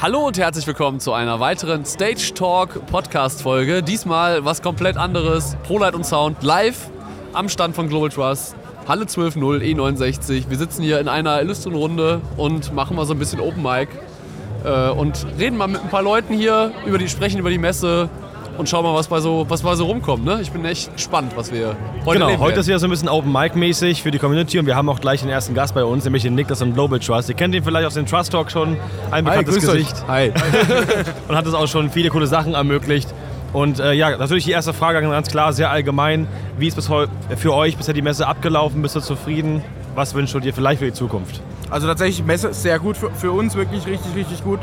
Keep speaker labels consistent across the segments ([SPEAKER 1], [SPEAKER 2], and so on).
[SPEAKER 1] Hallo und herzlich willkommen zu einer weiteren Stage Talk Podcast Folge. Diesmal was komplett anderes. ProLight und Sound live am Stand von Global Trust. Halle 12.0 E69. Wir sitzen hier in einer illustren Runde und machen mal so ein bisschen Open Mic. Äh, und reden mal mit ein paar Leuten hier, über die, sprechen über die Messe und schauen mal, was bei so, was bei so rumkommt. Ne? Ich bin echt gespannt, was wir heute
[SPEAKER 2] Genau,
[SPEAKER 1] erleben
[SPEAKER 2] heute
[SPEAKER 1] werden.
[SPEAKER 2] ist wieder so ein bisschen Open Mic mäßig für die Community und wir haben auch gleich den ersten Gast bei uns, nämlich den Niklas von Global Trust. Ihr kennt ihn vielleicht aus dem Trust Talk schon, ein bekanntes Gesicht
[SPEAKER 1] Hi.
[SPEAKER 2] und hat es auch schon viele coole Sachen ermöglicht. Und äh, ja, natürlich die erste Frage ganz klar, sehr allgemein. Wie ist bis heu für euch bisher die Messe abgelaufen? Bist du zufrieden? Was wünschst du dir vielleicht für die Zukunft?
[SPEAKER 3] Also tatsächlich, Messe ist sehr gut für, für uns, wirklich richtig, richtig gut.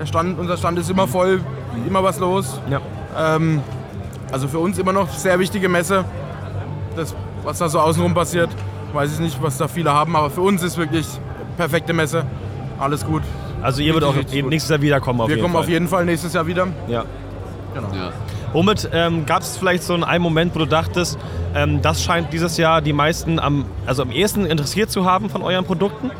[SPEAKER 3] Der Stand, unser Stand ist immer voll, immer was los.
[SPEAKER 2] Ja.
[SPEAKER 3] Ähm, also für uns immer noch sehr wichtige Messe. Das, was da so außenrum passiert, weiß ich nicht, was da viele haben, aber für uns ist wirklich perfekte Messe. Alles gut.
[SPEAKER 2] Also ihr würdet auch
[SPEAKER 3] Richtig, richtig gut.
[SPEAKER 2] nächstes Jahr wiederkommen auf
[SPEAKER 3] Wir
[SPEAKER 2] jeden
[SPEAKER 3] kommen
[SPEAKER 2] Fall.
[SPEAKER 3] auf jeden Fall nächstes Jahr wieder.
[SPEAKER 2] Ja.
[SPEAKER 1] Ja.
[SPEAKER 2] Womit ähm, gab es vielleicht so einen, einen Moment, wo du dachtest, ähm, das scheint dieses Jahr die meisten am, also am ehesten interessiert zu haben von euren Produkten?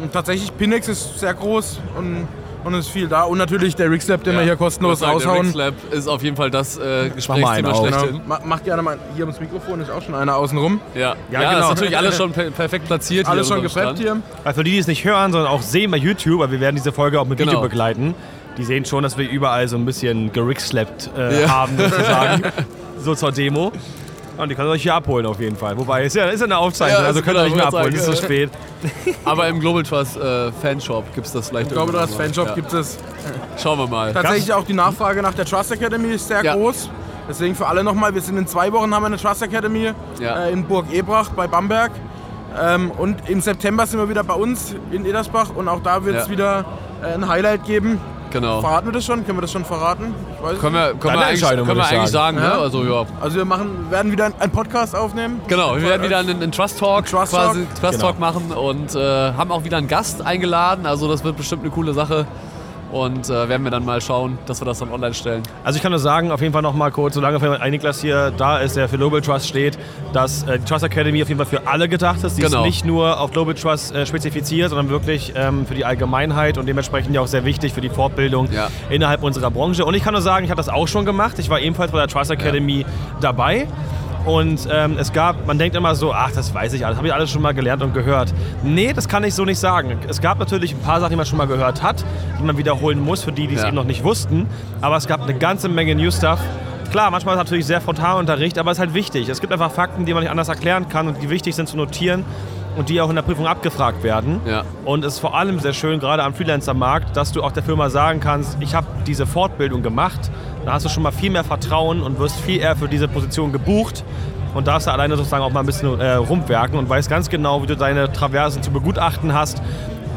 [SPEAKER 3] Und tatsächlich, Pinex ist sehr groß und, und ist viel da. Und natürlich der Rigslab, den
[SPEAKER 1] Ja.
[SPEAKER 3] wir hier kostenlos
[SPEAKER 1] Ich würd sagen,
[SPEAKER 3] raushauen.
[SPEAKER 1] Der Mixlab ist auf jeden Fall das äh,
[SPEAKER 2] mal einen
[SPEAKER 1] Gesprächsthema
[SPEAKER 2] auf.
[SPEAKER 1] schlechthin.
[SPEAKER 3] Genau. Ma- Macht gerne mal hier ums Mikrofon, ist auch schon einer außenrum.
[SPEAKER 1] Ja, ja,
[SPEAKER 2] Ja,
[SPEAKER 1] das
[SPEAKER 2] genau.
[SPEAKER 1] ist natürlich alles schon per perfekt platziert.
[SPEAKER 3] Alles
[SPEAKER 1] hier
[SPEAKER 3] schon
[SPEAKER 1] an unserem
[SPEAKER 3] gepreppt
[SPEAKER 1] Stand.
[SPEAKER 3] hier.
[SPEAKER 2] Weil für Also die, die es nicht hören, sondern auch sehen bei YouTube, weil wir werden diese Folge auch mit
[SPEAKER 1] Genau.
[SPEAKER 2] Video begleiten, die sehen schon, dass wir überall so ein bisschen gerigslappt äh,
[SPEAKER 1] Ja.
[SPEAKER 2] haben, sozusagen. so zur Demo. Und die könnt ihr euch hier abholen auf jeden Fall. Wobei, es ist ja, ist ja eine Aufzeichnung,
[SPEAKER 1] Ja,
[SPEAKER 2] also
[SPEAKER 1] ist
[SPEAKER 2] könnt ihr
[SPEAKER 1] genau,
[SPEAKER 2] euch nicht mehr
[SPEAKER 1] ich wollte
[SPEAKER 2] abholen, es ist zu spät.
[SPEAKER 1] Aber im Global Trust äh, Fanshop gibt es das vielleicht
[SPEAKER 3] Ich glaube,
[SPEAKER 1] irgendwann
[SPEAKER 3] das
[SPEAKER 1] mal.
[SPEAKER 3] Fanshop
[SPEAKER 1] Genau. ja.
[SPEAKER 3] gibt es.
[SPEAKER 1] Schauen wir mal.
[SPEAKER 3] Tatsächlich auch die Nachfrage nach der Trust Academy ist sehr
[SPEAKER 1] Ja.
[SPEAKER 3] groß. Deswegen für alle nochmal, wir sind in zwei Wochen haben wir eine Trust Academy
[SPEAKER 1] Ja.
[SPEAKER 3] äh, in Burg Ebrach bei Bamberg. Ähm, und im September sind wir wieder bei uns in Edersbach und auch da wird es
[SPEAKER 1] Ja.
[SPEAKER 3] wieder äh, ein Highlight geben.
[SPEAKER 1] Genau.
[SPEAKER 3] Verraten wir das schon? Können wir das schon verraten? Ich weiß es
[SPEAKER 1] Können
[SPEAKER 3] nicht.
[SPEAKER 1] wir, können
[SPEAKER 2] Deine
[SPEAKER 1] wir eigentlich,
[SPEAKER 2] Entscheidung,
[SPEAKER 1] können wir
[SPEAKER 2] würde ich
[SPEAKER 1] eigentlich sagen, ne?
[SPEAKER 3] Ja.
[SPEAKER 1] Also, ja.
[SPEAKER 3] Also wir machen, werden wieder einen Podcast aufnehmen.
[SPEAKER 1] Genau, wir werden wieder einen, einen Trust Talk
[SPEAKER 3] Trust Talk.
[SPEAKER 1] quasi Trust
[SPEAKER 2] Genau.
[SPEAKER 1] Talk machen und äh, haben auch wieder einen Gast eingeladen. Also, das wird bestimmt eine coole Sache. Und äh, werden wir dann mal schauen, dass wir das dann online stellen.
[SPEAKER 2] Also ich kann nur sagen, auf jeden Fall nochmal kurz, solange auf jeden Fall Niklas hier da ist, der für Global Trust steht, dass äh, die Trust Academy auf jeden Fall für alle gedacht ist. Die
[SPEAKER 1] Genau.
[SPEAKER 2] ist nicht nur auf Global Trust äh, spezifiziert, sondern wirklich ähm, für die Allgemeinheit und dementsprechend ja auch sehr wichtig für die Fortbildung
[SPEAKER 1] Ja.
[SPEAKER 2] innerhalb unserer Branche. Und ich kann nur sagen, ich habe das auch schon gemacht. Ich war ebenfalls bei der Trust Academy dabei. Und ähm, es gab, man denkt immer so, ach, das weiß ich alles, habe ich alles schon mal gelernt und gehört. Nee, das kann ich so nicht sagen. Es gab natürlich ein paar Sachen, die man schon mal gehört hat, die man wiederholen muss, für die, die es
[SPEAKER 1] Ja.
[SPEAKER 2] eben noch nicht wussten. Aber es gab eine ganze Menge New Stuff. Klar, manchmal ist natürlich sehr frontal Unterricht, aber es ist halt wichtig. Es gibt einfach Fakten, die man nicht anders erklären kann und die wichtig sind zu notieren und die auch in der Prüfung abgefragt werden.
[SPEAKER 1] Ja.
[SPEAKER 2] Und es ist vor allem sehr schön, gerade am Freelancer-Markt, dass du auch der Firma sagen kannst, ich habe diese Fortbildung gemacht. Da hast du schon mal viel mehr Vertrauen und wirst viel eher für diese Position gebucht und darfst da alleine sozusagen auch mal ein bisschen äh, rumwerken und weißt ganz genau, wie du deine Traversen zu begutachten hast.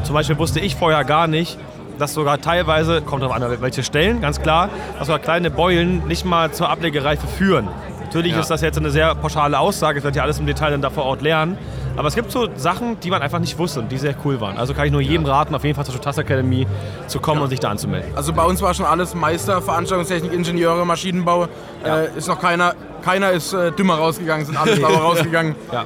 [SPEAKER 2] Zum Beispiel wusste ich vorher gar nicht, dass sogar teilweise, kommt darauf an, welche Stellen, ganz klar, dass sogar kleine Beulen nicht mal zur Ablegereife führen. Natürlich
[SPEAKER 1] Ja.
[SPEAKER 2] ist das jetzt eine sehr pauschale Aussage, das wird ja alles im Detail dann da vor Ort lernen. Aber es gibt so Sachen, die man einfach nicht wusste und die sehr cool waren. Also kann ich nur jedem raten, auf jeden Fall zur Tass Academy zu kommen und sich da anzumelden.
[SPEAKER 3] Also bei uns war schon alles Meister, Veranstaltungstechnik, Ingenieure, Maschinenbau. Äh, ist noch keiner, keiner ist äh, dümmer rausgegangen, sind alle schlauer rausgegangen.
[SPEAKER 2] Ja.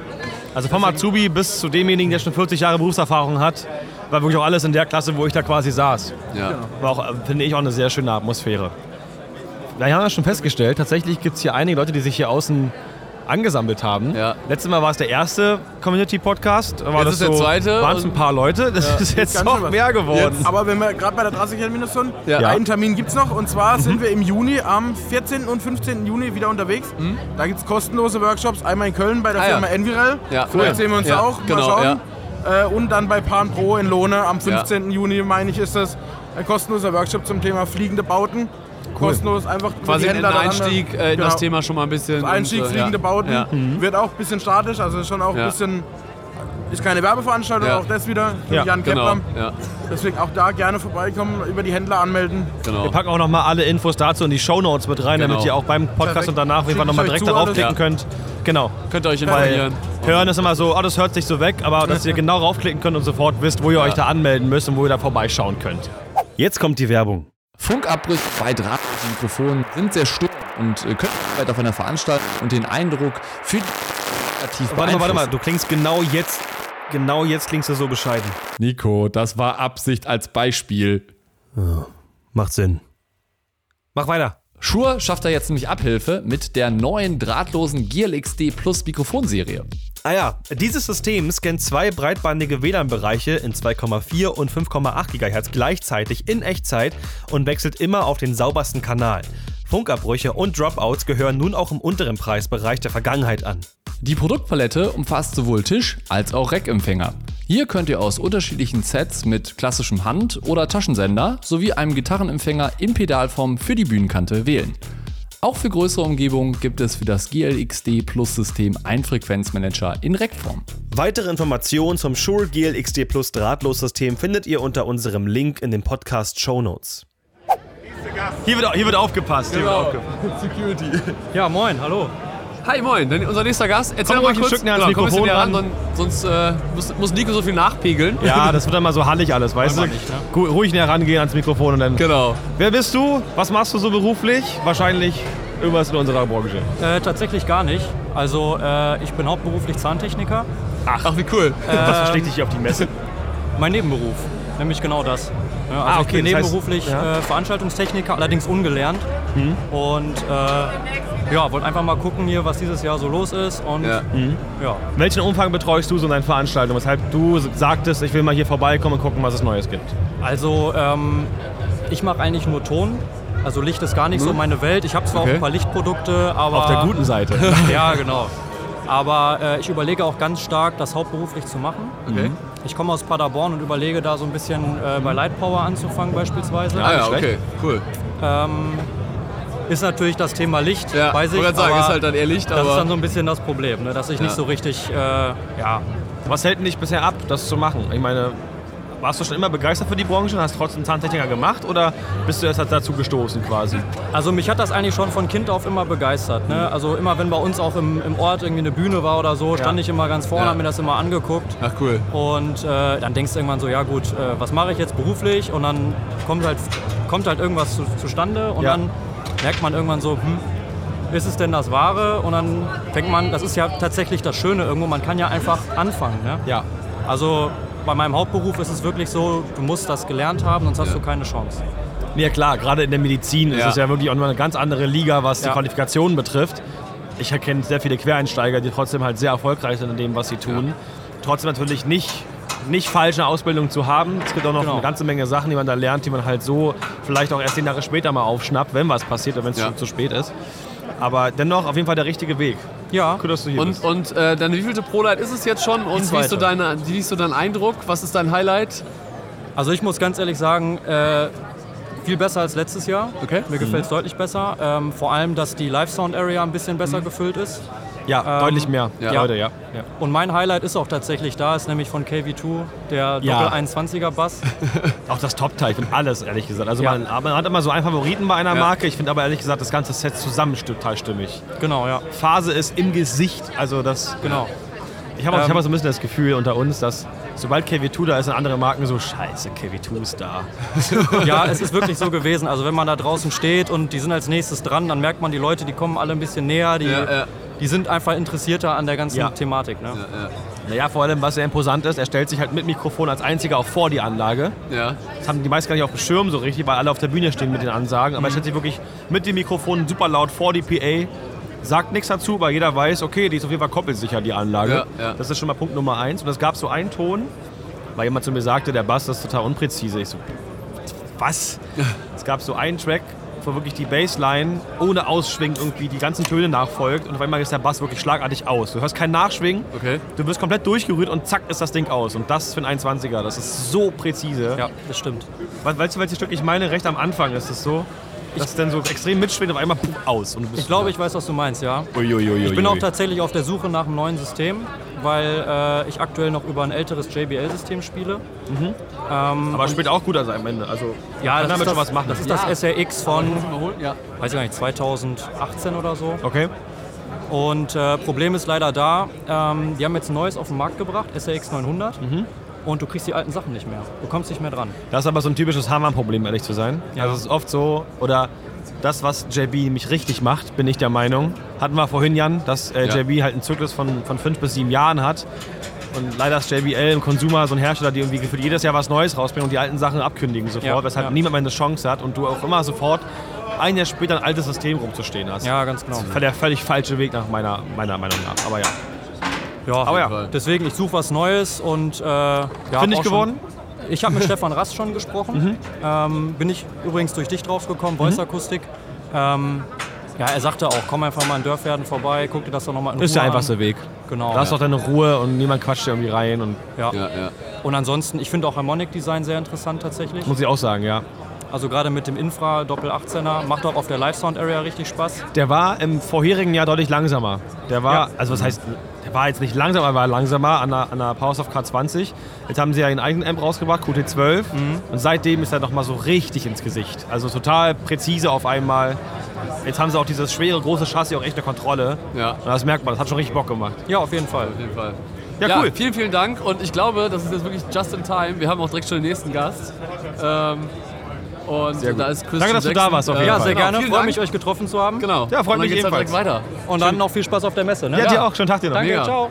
[SPEAKER 2] Also vom Azubi bis zu demjenigen, der schon 40 Jahre Berufserfahrung hat, war wirklich auch alles in der Klasse, wo ich da quasi saß.
[SPEAKER 1] Ja.
[SPEAKER 3] Genau.
[SPEAKER 2] War auch, äh, finde ich, auch eine sehr schöne Atmosphäre. Wir haben ja schon festgestellt, tatsächlich gibt es hier einige Leute, die sich hier außen angesammelt haben.
[SPEAKER 1] Ja.
[SPEAKER 2] Letztes Mal war es der erste Community-Podcast. War
[SPEAKER 1] Jetzt
[SPEAKER 2] das
[SPEAKER 1] ist der
[SPEAKER 2] so,
[SPEAKER 1] zweite
[SPEAKER 2] Waren es ein
[SPEAKER 1] und-
[SPEAKER 2] paar Leute. Das ist jetzt
[SPEAKER 3] Ganz schön
[SPEAKER 2] noch
[SPEAKER 3] was.
[SPEAKER 2] mehr geworden.
[SPEAKER 3] Jetzt, aber wenn wir gerade bei der 30 Minus sind,
[SPEAKER 1] Ja. Mhm.
[SPEAKER 3] einen Termin gibt es noch und zwar sind wir im Juni, am 14. und 15. Juni wieder unterwegs. Da gibt es kostenlose Workshops, einmal in Köln bei der
[SPEAKER 1] Mhm. Ah, ja.
[SPEAKER 3] Firma Envirel.
[SPEAKER 1] Ja.
[SPEAKER 3] Vielleicht sehen wir uns
[SPEAKER 1] Ja,
[SPEAKER 3] auch, mal
[SPEAKER 1] genau,
[SPEAKER 3] schauen. Äh, Und dann bei Pan Pro in Lohne am 15. Juni, meine ich, ist das ein kostenloser Workshop zum Thema fliegende Bauten. Kostenlos einfach
[SPEAKER 1] Quasi
[SPEAKER 3] die
[SPEAKER 1] einen
[SPEAKER 3] Hände daran-
[SPEAKER 1] Einstieg äh, in das
[SPEAKER 3] Genau.
[SPEAKER 1] Thema schon mal ein bisschen.
[SPEAKER 3] Einstieg
[SPEAKER 1] und, äh,
[SPEAKER 3] fliegende
[SPEAKER 1] ja.
[SPEAKER 3] Bauten Hm.
[SPEAKER 1] Ja.
[SPEAKER 3] wird auch ein bisschen statisch, also schon auch ein
[SPEAKER 1] Ja.
[SPEAKER 3] bisschen. Ist keine Werbeveranstaltung,
[SPEAKER 1] Ja.
[SPEAKER 3] auch das wieder.
[SPEAKER 2] Ja,
[SPEAKER 3] Jan Kepler.
[SPEAKER 1] Genau. Ja.
[SPEAKER 3] Deswegen auch da gerne vorbeikommen, über die Händler anmelden.
[SPEAKER 1] genau.
[SPEAKER 2] Wir packen auch nochmal alle Infos dazu in die Shownotes mit rein,
[SPEAKER 1] Genau.
[SPEAKER 2] damit ihr auch beim Podcast
[SPEAKER 3] Perfekt.
[SPEAKER 2] und danach auf jeden Fall
[SPEAKER 3] Schickt
[SPEAKER 2] nochmal
[SPEAKER 3] euch
[SPEAKER 2] direkt darauf
[SPEAKER 3] zu,
[SPEAKER 2] klicken
[SPEAKER 1] alles.
[SPEAKER 2] könnt. Genau.
[SPEAKER 1] Könnt ihr euch
[SPEAKER 2] Weil
[SPEAKER 1] informieren.
[SPEAKER 2] hören ist immer so, oh, das hört sich so weg, aber dass ihr genau raufklicken könnt und sofort wisst, wo ihr euch da anmelden müsst und wo ihr da vorbeischauen könnt. Jetzt kommt die Werbung.
[SPEAKER 4] Funkabbruch bei drahtlosen Mikrofonen sind sehr störend und äh, können die Arbeit auf einer Veranstaltung und den Eindruck für die negativ
[SPEAKER 2] Warte mal, warte mal,
[SPEAKER 4] beeinflussen.
[SPEAKER 2] du klingst genau jetzt, genau jetzt klingst du so bescheiden.
[SPEAKER 5] Nico, das war Absicht als Beispiel.
[SPEAKER 2] Macht Sinn. Mach weiter.
[SPEAKER 4] Shure schafft da jetzt nämlich Abhilfe mit der neuen drahtlosen Gear XD Plus Mikrofonserie.
[SPEAKER 2] Ah ja, dieses System scannt zwei breitbandige WLAN-Bereiche in 2,4 und 5,8 GHz gleichzeitig in Echtzeit und wechselt immer auf den saubersten Kanal. Funkabbrüche und Dropouts gehören nun auch im unteren Preisbereich der Vergangenheit an.
[SPEAKER 4] Die Produktpalette umfasst sowohl Tisch- als auch Rack-Empfänger. Hier könnt ihr aus unterschiedlichen Sets mit klassischem Hand- oder Taschensender sowie einem Gitarrenempfänger in Pedalform für die Bühnenkante wählen. Auch für größere Umgebungen gibt es für das GLXD Plus System einen Frequenzmanager in Rackform.
[SPEAKER 2] Weitere Informationen zum Shure GLXD Plus Drahtlos-System findet ihr unter unserem Link in den Podcast-Show Notes. Hier wird, hier wird aufgepasst. Hier wird aufgepasst.
[SPEAKER 1] Security.
[SPEAKER 2] Ja, moin, hallo.
[SPEAKER 1] Hi, moin, denn unser nächster Gast. Erzähl
[SPEAKER 2] Komm
[SPEAKER 1] mal
[SPEAKER 2] ruhig ein
[SPEAKER 1] kurz. Genau,
[SPEAKER 2] Stück näher
[SPEAKER 1] komm ein bisschen
[SPEAKER 2] ans Mikrofon
[SPEAKER 1] näher ran, sonst sonst, äh, muss, muss Nico so viel nachpegeln.
[SPEAKER 2] Ja, das wird dann mal so hallig alles, weißt du? Gu- Ruhig näher rangehen ans Mikrofon und dann.
[SPEAKER 1] Genau.
[SPEAKER 2] Wer bist du? Was machst du so beruflich? Wahrscheinlich irgendwas in unserer Branche.
[SPEAKER 5] Äh, tatsächlich gar nicht. Also äh, ich bin hauptberuflich Zahntechniker.
[SPEAKER 1] Ach, wie cool.
[SPEAKER 2] Was versteckt dich hier auf die Messe?
[SPEAKER 5] Mein Nebenberuf, nämlich genau das. Ja, also
[SPEAKER 2] Ah,
[SPEAKER 5] ich
[SPEAKER 2] okay,
[SPEAKER 5] bin
[SPEAKER 2] das heißt,
[SPEAKER 5] nebenberuflich
[SPEAKER 2] ja. Hm.
[SPEAKER 5] äh, Veranstaltungstechniker, allerdings ungelernt. Und äh, ja, wollte einfach mal gucken hier, was dieses Jahr so los ist. Und
[SPEAKER 1] Ja.
[SPEAKER 2] Hm.
[SPEAKER 5] ja,
[SPEAKER 2] Welchen Umfang betreust du so in deinen Veranstaltungen? Weshalb du sagtest, ich will mal hier vorbeikommen und gucken, was es Neues gibt.
[SPEAKER 5] also ähm, ich mache eigentlich nur Ton. Also Licht ist gar nicht so meine Welt. Ich habe zwar auch
[SPEAKER 1] Mhm. Okay.
[SPEAKER 5] ein paar Lichtprodukte, aber
[SPEAKER 2] Seite.
[SPEAKER 5] Ja, genau. Aber äh, ich überlege auch ganz stark, das hauptberuflich zu machen.
[SPEAKER 1] Okay.
[SPEAKER 5] Ich komme aus Paderborn und überlege da so ein bisschen äh, bei Lightpower anzufangen beispielsweise.
[SPEAKER 1] Ah ja,
[SPEAKER 2] schlecht.
[SPEAKER 1] okay, cool.
[SPEAKER 5] Ähm, ist natürlich das Thema Licht
[SPEAKER 1] Ja,
[SPEAKER 5] bei
[SPEAKER 1] wollte
[SPEAKER 5] sich.
[SPEAKER 1] gerade sagen,
[SPEAKER 5] aber
[SPEAKER 1] ist halt dann eher Licht,
[SPEAKER 5] das ist
[SPEAKER 1] aber
[SPEAKER 5] dann so ein bisschen das Problem, ne? dass ich
[SPEAKER 1] Ja.
[SPEAKER 5] nicht so richtig, äh, ja,
[SPEAKER 2] Was hält denn dich bisher ab, das zu machen? Ich meine, warst du schon immer begeistert für die Branche und hast trotzdem Zahntechniker gemacht oder bist du erst dazu gestoßen quasi?
[SPEAKER 5] Also mich hat das eigentlich schon von Kind auf immer begeistert. Ne? Also immer wenn bei uns auch im, im Ort irgendwie eine Bühne war oder so, stand ich immer ganz vorne,
[SPEAKER 1] Ja.
[SPEAKER 5] habe mir das immer angeguckt.
[SPEAKER 1] Ach, cool.
[SPEAKER 5] Und äh, dann denkst du irgendwann so, ja gut, äh, was mache ich jetzt beruflich? Und dann kommt halt, kommt halt irgendwas zu, zustande und
[SPEAKER 2] Ja.
[SPEAKER 5] dann merkt man irgendwann so, hm, ist es denn das Wahre? Und dann fängt man, das ist ja tatsächlich das Schöne irgendwo, man kann ja einfach anfangen. Ne?
[SPEAKER 2] Ja.
[SPEAKER 5] Also bei meinem Hauptberuf ist es wirklich so, du musst das gelernt haben, sonst hast du keine Chance.
[SPEAKER 2] Ja klar, gerade in der Medizin ist
[SPEAKER 1] Ja.
[SPEAKER 2] es ja wirklich auch noch eine ganz andere Liga, was die
[SPEAKER 5] Ja.
[SPEAKER 2] Qualifikationen betrifft. Ich erkenne sehr viele Quereinsteiger, die trotzdem halt sehr erfolgreich sind in dem, was sie tun. Trotzdem natürlich nicht, nicht falsch eine Ausbildung zu haben. Es gibt auch noch
[SPEAKER 5] Genau.
[SPEAKER 2] eine ganze Menge Sachen, die man da lernt, die man halt so vielleicht auch erst zehn Jahre später mal aufschnappt, wenn was passiert oder wenn es
[SPEAKER 1] Ja.
[SPEAKER 2] schon zu spät ist. Aber dennoch auf jeden Fall der richtige Weg.
[SPEAKER 5] Ja.
[SPEAKER 2] Cool, dass du hier
[SPEAKER 1] Und,
[SPEAKER 2] bist.
[SPEAKER 1] und äh, dann, wie vielte Prolight ist es jetzt schon? Und wie ist, so
[SPEAKER 2] zweite.
[SPEAKER 1] deine, wie ist so dein Eindruck? Was ist dein Highlight?
[SPEAKER 5] Also ich muss ganz ehrlich sagen, äh, viel besser als letztes Jahr.
[SPEAKER 1] Okay.
[SPEAKER 5] Mir gefällt es deutlich besser. Ähm, vor allem, dass die Live-Sound-Area ein bisschen besser gefüllt ist.
[SPEAKER 2] Ja,
[SPEAKER 5] Ähm,
[SPEAKER 2] deutlich mehr.
[SPEAKER 1] ja.
[SPEAKER 2] Leute, ja. ja.
[SPEAKER 5] Und mein Highlight ist auch tatsächlich da, ist nämlich von KV2, der
[SPEAKER 2] Ja.
[SPEAKER 5] Doppel-21er-Bass.
[SPEAKER 2] Auch das Top-Teil, ich finde alles, ehrlich gesagt. Also
[SPEAKER 5] Ja.
[SPEAKER 2] man, man hat immer so einen Favoriten bei einer
[SPEAKER 1] Ja.
[SPEAKER 2] Marke. Ich finde aber ehrlich gesagt das ganze Set zusammen total stimmig.
[SPEAKER 5] genau, ja.
[SPEAKER 2] Phase ist im Gesicht. Also das,
[SPEAKER 5] Genau.
[SPEAKER 2] ich habe auch, ich
[SPEAKER 5] Ähm.
[SPEAKER 2] hab auch so ein bisschen das Gefühl unter uns, dass sobald KW2 da ist, sind andere Marken so, scheiße, KW2 ist da.
[SPEAKER 5] Ja, es ist wirklich so gewesen. Also wenn man da draußen steht und die sind als nächstes dran, dann merkt man, die Leute, die kommen alle ein bisschen näher, die,
[SPEAKER 1] Ja, äh. ja.
[SPEAKER 5] die sind einfach interessierter an der ganzen
[SPEAKER 2] Ja.
[SPEAKER 5] Thematik. Ne?
[SPEAKER 2] Naja, vor allem, was sehr imposant ist, er stellt sich halt mit Mikrofon als einziger auch vor die Anlage.
[SPEAKER 1] Ja.
[SPEAKER 2] Das haben die meisten gar nicht auf dem Schirm so richtig, weil alle auf der Bühne stehen mit den Ansagen.
[SPEAKER 1] Mhm.
[SPEAKER 2] Aber er stellt sich wirklich mit dem Mikrofon super laut vor die PA, sagt nichts dazu, weil jeder weiß, okay, die ist auf jeden Fall koppelsicher, die Anlage.
[SPEAKER 1] Ja, ja.
[SPEAKER 2] Das ist schon mal Punkt Nummer eins. Und es gab so einen Ton, weil jemand zu mir sagte, der Bass ist total unpräzise. Ich so, was? Es gab so einen Track, wo wirklich die Bassline ohne Ausschwingen irgendwie die ganzen Töne nachfolgt. Und auf einmal ist der Bass wirklich schlagartig aus. Du hörst kein Nachschwingen.
[SPEAKER 1] Okay.
[SPEAKER 2] Du wirst komplett durchgerührt und zack ist das Ding aus. Und das für einen 21er, das ist so präzise.
[SPEAKER 5] Ja, das stimmt.
[SPEAKER 2] We- Weißt du, welches Stück ich meine? Recht am Anfang ist es so, dass es dann so extrem mitschwingt und auf einmal puff, aus. Und du bist
[SPEAKER 5] Ich glaube, ich weiß, was du meinst, ja. Ich bin auch tatsächlich auf der Suche nach einem neuen System, weil äh, ich aktuell noch über ein älteres JBL-System spiele. Ähm,
[SPEAKER 2] aber spielt auch gut also am Ende. Also
[SPEAKER 5] ja,
[SPEAKER 2] kann
[SPEAKER 5] das
[SPEAKER 2] damit
[SPEAKER 5] ist,
[SPEAKER 2] schon
[SPEAKER 5] das,
[SPEAKER 2] was machen.
[SPEAKER 5] das ist das SRX von,
[SPEAKER 1] Mal holen? Ja.
[SPEAKER 5] weiß ich gar nicht, 2018 oder so.
[SPEAKER 2] okay.
[SPEAKER 5] Und äh, Problem ist leider da, ähm, die haben jetzt ein neues auf den Markt gebracht, SRX 900. Und du kriegst die alten Sachen nicht mehr. Du kommst nicht mehr dran.
[SPEAKER 2] Das ist aber so ein typisches Hammer-Problem, ehrlich zu sein.
[SPEAKER 5] Ja.
[SPEAKER 2] Also es ist oft so, oder das, was JB mich richtig macht, bin ich der Meinung. Hatten wir vorhin, Jan, dass äh,
[SPEAKER 1] Ja.
[SPEAKER 2] JB halt einen Zyklus von, von fünf bis sieben Jahren hat. Und leider ist JBL im Consumer so ein Hersteller, die irgendwie für jedes Jahr was Neues rausbringen und die alten Sachen abkündigen sofort,
[SPEAKER 5] Ja,
[SPEAKER 2] weshalb
[SPEAKER 5] ja.
[SPEAKER 2] niemand mehr eine Chance hat und du auch immer sofort ein Jahr später ein altes System rumzustehen hast.
[SPEAKER 5] Ja, ganz genau.
[SPEAKER 2] Das war der völlig falsche Weg nach meiner, meiner Meinung nach. Aber ja.
[SPEAKER 5] Ja,
[SPEAKER 2] Aber ja.
[SPEAKER 1] Fall.
[SPEAKER 5] Deswegen, ich suche was Neues und äh, ja, hab
[SPEAKER 2] Fündig
[SPEAKER 5] auch schon-
[SPEAKER 2] geworden?
[SPEAKER 5] Ich habe mit Stefan Rass schon gesprochen.
[SPEAKER 1] Mhm.
[SPEAKER 5] Ähm, bin ich übrigens durch dich draufgekommen, Voice Akustik. Ähm, ja, er sagte auch, komm einfach mal in Dörfwerden vorbei, guck dir das doch nochmal in
[SPEAKER 2] Ist
[SPEAKER 5] Ruhe
[SPEAKER 2] der einfachste
[SPEAKER 5] an.
[SPEAKER 2] Weg.
[SPEAKER 5] Genau.
[SPEAKER 2] Da hast du auch deine Ruhe und niemand quatscht dir irgendwie rein. Und
[SPEAKER 5] ja.
[SPEAKER 1] Ja, ja.
[SPEAKER 5] Und ansonsten, ich finde auch Harmonic Design sehr interessant tatsächlich.
[SPEAKER 2] muss ich auch sagen, ja.
[SPEAKER 5] Also gerade mit dem Infra Doppel 18er macht auch auf der Live Sound Area richtig Spaß.
[SPEAKER 2] Der war im vorherigen Jahr deutlich langsamer. Der war,
[SPEAKER 5] Ja.
[SPEAKER 2] also was heißt, der war jetzt nicht langsam, aber war langsamer an der, an der Power of K20. Jetzt haben sie ja ihren eigenen Amp rausgebracht, QT12. Und seitdem ist er nochmal so richtig ins Gesicht. Also total präzise auf einmal. Jetzt haben sie auch dieses schwere, große Chassis auch echt eine Kontrolle.
[SPEAKER 1] Ja.
[SPEAKER 2] Und das merkt man, das hat schon richtig Bock gemacht.
[SPEAKER 5] Ja, auf jeden Fall.
[SPEAKER 1] Auf jeden Fall.
[SPEAKER 2] Ja, cool.
[SPEAKER 1] Vielen, vielen Dank. Und ich glaube, das ist jetzt wirklich just in time. Wir haben auch direkt schon den nächsten Gast. Ähm, und da ist Christian
[SPEAKER 2] Danke, dass du da
[SPEAKER 1] Jackson.
[SPEAKER 2] warst, auf jeden
[SPEAKER 5] Ja,
[SPEAKER 2] Fall.
[SPEAKER 5] sehr
[SPEAKER 1] Genau,
[SPEAKER 5] gerne.
[SPEAKER 1] vielen
[SPEAKER 5] Freue
[SPEAKER 1] Dank.
[SPEAKER 5] mich, euch getroffen zu haben.
[SPEAKER 1] Genau.
[SPEAKER 2] Ja, freut
[SPEAKER 1] und dann
[SPEAKER 2] mich
[SPEAKER 1] geht's halt
[SPEAKER 2] ebenfalls.
[SPEAKER 1] direkt weiter.
[SPEAKER 5] Und dann noch viel Spaß auf der Messe. Ne?
[SPEAKER 2] Ja, dir auch. Schönen Tag dir noch.
[SPEAKER 5] Danke,
[SPEAKER 1] Mega.
[SPEAKER 5] ciao.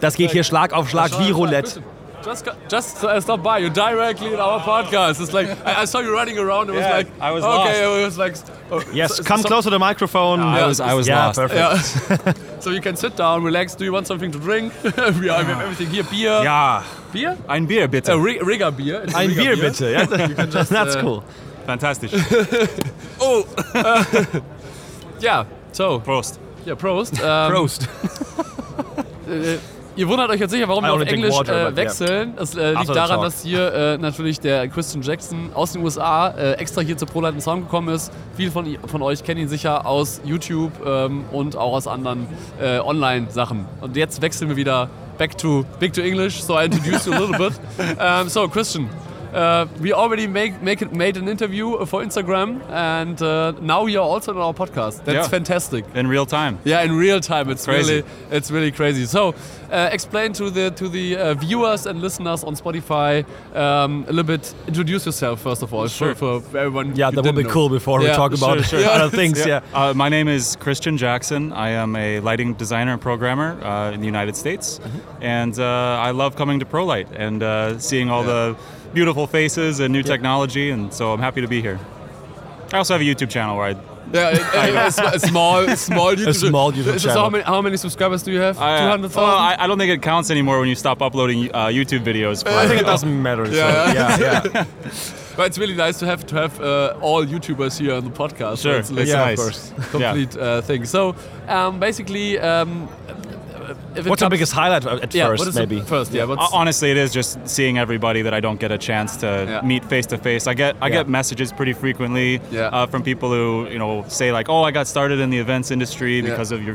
[SPEAKER 2] Das geht hier Schlag auf Schlag wie Roulette.
[SPEAKER 1] Just, co- just uh, stop by. You're directly in our podcast. It's like I, I saw you running around. It was
[SPEAKER 5] Yeah,
[SPEAKER 1] like
[SPEAKER 5] I was
[SPEAKER 1] okay. It was like oh,
[SPEAKER 2] Yes,
[SPEAKER 1] so-
[SPEAKER 2] come
[SPEAKER 1] so-
[SPEAKER 2] close to the microphone.
[SPEAKER 1] I was- I
[SPEAKER 5] was
[SPEAKER 2] yeah,
[SPEAKER 5] lost.
[SPEAKER 2] Perfect.
[SPEAKER 1] Yeah. so you can sit down, relax. Do you want something to drink? we, are, we have everything here. Beer.
[SPEAKER 2] Ja,
[SPEAKER 1] Beer.
[SPEAKER 6] Ein Bier bitte.
[SPEAKER 1] A rig- Rigger beer. It's a
[SPEAKER 2] ein
[SPEAKER 1] Rigger
[SPEAKER 2] Bier bitte. Ja. That's
[SPEAKER 1] äh,
[SPEAKER 2] cool.
[SPEAKER 6] Fantastisch.
[SPEAKER 1] Oh. ja. So.
[SPEAKER 6] Prost.
[SPEAKER 1] Ja, Prost. Ähm,
[SPEAKER 2] Prost.
[SPEAKER 1] Äh, ihr wundert euch jetzt sicher, warum
[SPEAKER 2] I
[SPEAKER 1] wir auf
[SPEAKER 2] only drink
[SPEAKER 1] Englisch äh,
[SPEAKER 2] water, but
[SPEAKER 1] wechseln. Das äh, liegt
[SPEAKER 2] After the
[SPEAKER 1] daran,
[SPEAKER 2] talk.
[SPEAKER 1] dass hier äh, natürlich der Christian Jackson aus den USA äh, extra hier zur ProLight Sound gekommen ist. Viele von, i- von euch kennen ihn sicher aus YouTube ähm, und auch aus anderen äh, Online-Sachen. Und jetzt wechseln wir wieder back to big to English, so I introduce you a little bit. Um, so, Christian. Uh, we already make, make it, made an interview uh, for Instagram, and uh, now you're also on our podcast. That's
[SPEAKER 6] Yeah.
[SPEAKER 1] fantastic.
[SPEAKER 6] In real time.
[SPEAKER 1] Yeah, in real time, it's
[SPEAKER 6] Crazy.
[SPEAKER 1] really it's really crazy. So, uh, explain to the to the uh, viewers and listeners on Spotify um, a little bit. Introduce yourself first of all,
[SPEAKER 6] Sure.
[SPEAKER 1] for, for everyone.
[SPEAKER 2] Yeah,
[SPEAKER 1] you
[SPEAKER 2] that would be
[SPEAKER 1] didn't know.
[SPEAKER 2] cool before we
[SPEAKER 1] Yeah,
[SPEAKER 2] talk about
[SPEAKER 6] sure, sure.
[SPEAKER 2] other things. Yeah.
[SPEAKER 6] Uh, my name is Christian Jackson. I am a lighting designer and programmer uh, in the United States,
[SPEAKER 1] Mm-hmm.
[SPEAKER 6] and uh, I love coming to ProLight and uh, seeing all the beautiful faces and new technology. And so I'm happy to be here. I also have a YouTube channel where I,
[SPEAKER 1] Yeah, a, a- a sm- a small small YouTube
[SPEAKER 2] small YouTube
[SPEAKER 1] So how many how many subscribers do you have?
[SPEAKER 6] I
[SPEAKER 1] Two hundred
[SPEAKER 6] uh, well,
[SPEAKER 1] thousand.
[SPEAKER 6] I, I don't think it counts anymore when you stop uploading uh, YouTube videos. For,
[SPEAKER 2] I think it doesn't matter. so,
[SPEAKER 1] Yeah.
[SPEAKER 2] yeah, yeah.
[SPEAKER 1] but it's really nice to have to have uh, all YouTubers here on the podcast.
[SPEAKER 6] Sure,
[SPEAKER 1] it's like
[SPEAKER 6] it's
[SPEAKER 2] Yeah, of
[SPEAKER 6] nice.
[SPEAKER 2] course.
[SPEAKER 6] Yeah.
[SPEAKER 1] complete uh, thing. So, um, basically, um, if it
[SPEAKER 2] What's your
[SPEAKER 1] comes-
[SPEAKER 2] biggest highlight at
[SPEAKER 1] yeah, what
[SPEAKER 2] first,
[SPEAKER 1] is the-
[SPEAKER 2] maybe?
[SPEAKER 1] first, yeah, what's,
[SPEAKER 6] Ho- Honestly, it is just seeing everybody that I don't get a chance to
[SPEAKER 1] Yeah.
[SPEAKER 6] meet face to face. I get I
[SPEAKER 2] Yeah.
[SPEAKER 6] get messages pretty frequently
[SPEAKER 1] Yeah.
[SPEAKER 6] uh, from people who you know say like, "Oh, I got started in the events industry because of your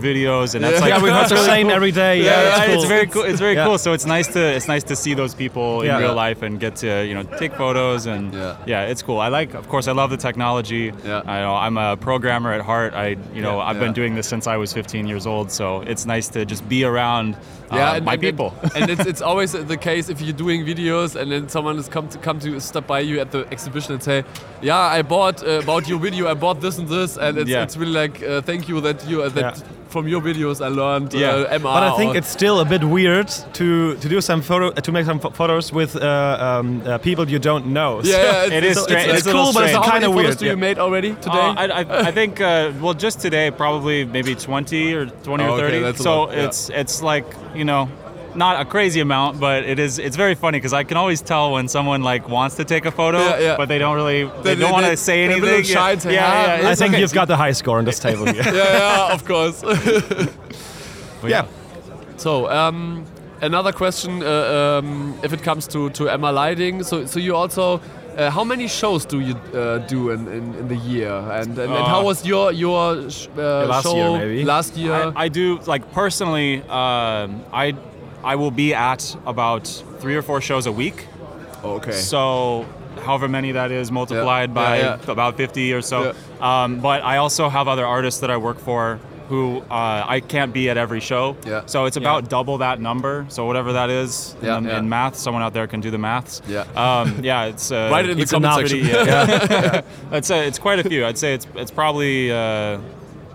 [SPEAKER 6] videos," and that's like
[SPEAKER 2] yeah, we have the same every day. Yeah,
[SPEAKER 6] Yeah,
[SPEAKER 2] it's
[SPEAKER 6] it's,
[SPEAKER 2] cool.
[SPEAKER 6] very cool. It's very
[SPEAKER 2] Yeah.
[SPEAKER 6] cool. So it's nice to it's nice to see those people in
[SPEAKER 2] Yeah.
[SPEAKER 6] real
[SPEAKER 2] Yeah.
[SPEAKER 6] life and get to you know take photos and
[SPEAKER 1] Yeah.
[SPEAKER 6] yeah, it's cool. I like, of course, I love the technology.
[SPEAKER 1] Yeah.
[SPEAKER 6] I know I'm a programmer at heart. I you know I've
[SPEAKER 1] Yeah.
[SPEAKER 6] been doing this since I was 15 years old. So it's nice to just be around uh,
[SPEAKER 1] yeah, and,
[SPEAKER 6] my
[SPEAKER 1] and-
[SPEAKER 6] people.
[SPEAKER 1] and it's, it's always the case if you're doing videos and then someone has come to come to stop by you at the exhibition and say, "Yeah, I bought uh, about your video. I bought this and this," and it's,
[SPEAKER 6] Yeah.
[SPEAKER 1] it's really like, uh, "Thank you that you uh, that
[SPEAKER 2] Yeah.
[SPEAKER 1] from your videos I learned uh,
[SPEAKER 6] Yeah.
[SPEAKER 1] MR."
[SPEAKER 2] But I think
[SPEAKER 1] or-
[SPEAKER 2] it's still a bit weird to, to do some photo uh, to make some pho- photos with uh, um, uh, people you don't know.
[SPEAKER 1] yeah,
[SPEAKER 2] So-
[SPEAKER 1] yeah,
[SPEAKER 6] It is
[SPEAKER 1] it's-
[SPEAKER 6] stra-
[SPEAKER 1] it's,
[SPEAKER 6] it's a little
[SPEAKER 1] cool, but
[SPEAKER 6] strange.
[SPEAKER 1] how many
[SPEAKER 2] Kinda
[SPEAKER 1] photos
[SPEAKER 2] weird,
[SPEAKER 1] do you
[SPEAKER 2] yeah.
[SPEAKER 1] made already today?
[SPEAKER 6] Uh, I, I, I think uh, well, just today probably maybe 20 or 20
[SPEAKER 1] Oh,
[SPEAKER 6] or
[SPEAKER 1] okay,
[SPEAKER 6] 30.
[SPEAKER 1] that's a
[SPEAKER 6] so
[SPEAKER 1] lot, yeah.
[SPEAKER 6] it's it's like you know, not a crazy amount, but it is. It's very funny because I can always tell when someone like wants to take a photo,
[SPEAKER 1] Yeah, yeah.
[SPEAKER 6] but they don't really they,
[SPEAKER 1] They-
[SPEAKER 6] don't
[SPEAKER 1] they-
[SPEAKER 6] want
[SPEAKER 1] they-
[SPEAKER 6] to say
[SPEAKER 1] they're a
[SPEAKER 6] anything.
[SPEAKER 1] little shy and say,
[SPEAKER 6] yeah,
[SPEAKER 1] "Ah,
[SPEAKER 6] yeah, yeah,
[SPEAKER 2] I
[SPEAKER 6] it's
[SPEAKER 2] think
[SPEAKER 6] okay.
[SPEAKER 2] you've got the high score on this table here. yeah.
[SPEAKER 1] yeah, yeah, of course.
[SPEAKER 2] yeah.
[SPEAKER 1] So, um, another question: uh, um, If it comes to to Emma Lighting, so so you also. Uh, how many shows do you uh, do in, in, in the year? And, and, and how
[SPEAKER 6] Uh,
[SPEAKER 1] was your your sh- uh,
[SPEAKER 2] last
[SPEAKER 1] show
[SPEAKER 2] year, maybe.
[SPEAKER 1] last year?
[SPEAKER 6] I, I do like personally. um I I will be at about three or four shows a week.
[SPEAKER 1] okay.
[SPEAKER 6] So, however many that is multiplied
[SPEAKER 1] Yeah,
[SPEAKER 6] by
[SPEAKER 1] yeah.
[SPEAKER 6] about 50 or so. Um, but I also have other artists that I work for who uh, I can't be at every show.
[SPEAKER 1] Yeah.
[SPEAKER 6] So it's about double that number. So whatever that is
[SPEAKER 1] Yeah,
[SPEAKER 6] in,
[SPEAKER 1] yeah.
[SPEAKER 6] in math, someone out there can do the maths.
[SPEAKER 1] Yeah.
[SPEAKER 6] Um, yeah. It's uh,
[SPEAKER 1] Write it in the
[SPEAKER 6] it's
[SPEAKER 1] comment
[SPEAKER 6] pretty-
[SPEAKER 1] section.
[SPEAKER 6] yeah, yeah. I'd say it's quite a few. I'd say it's it's probably. Uh,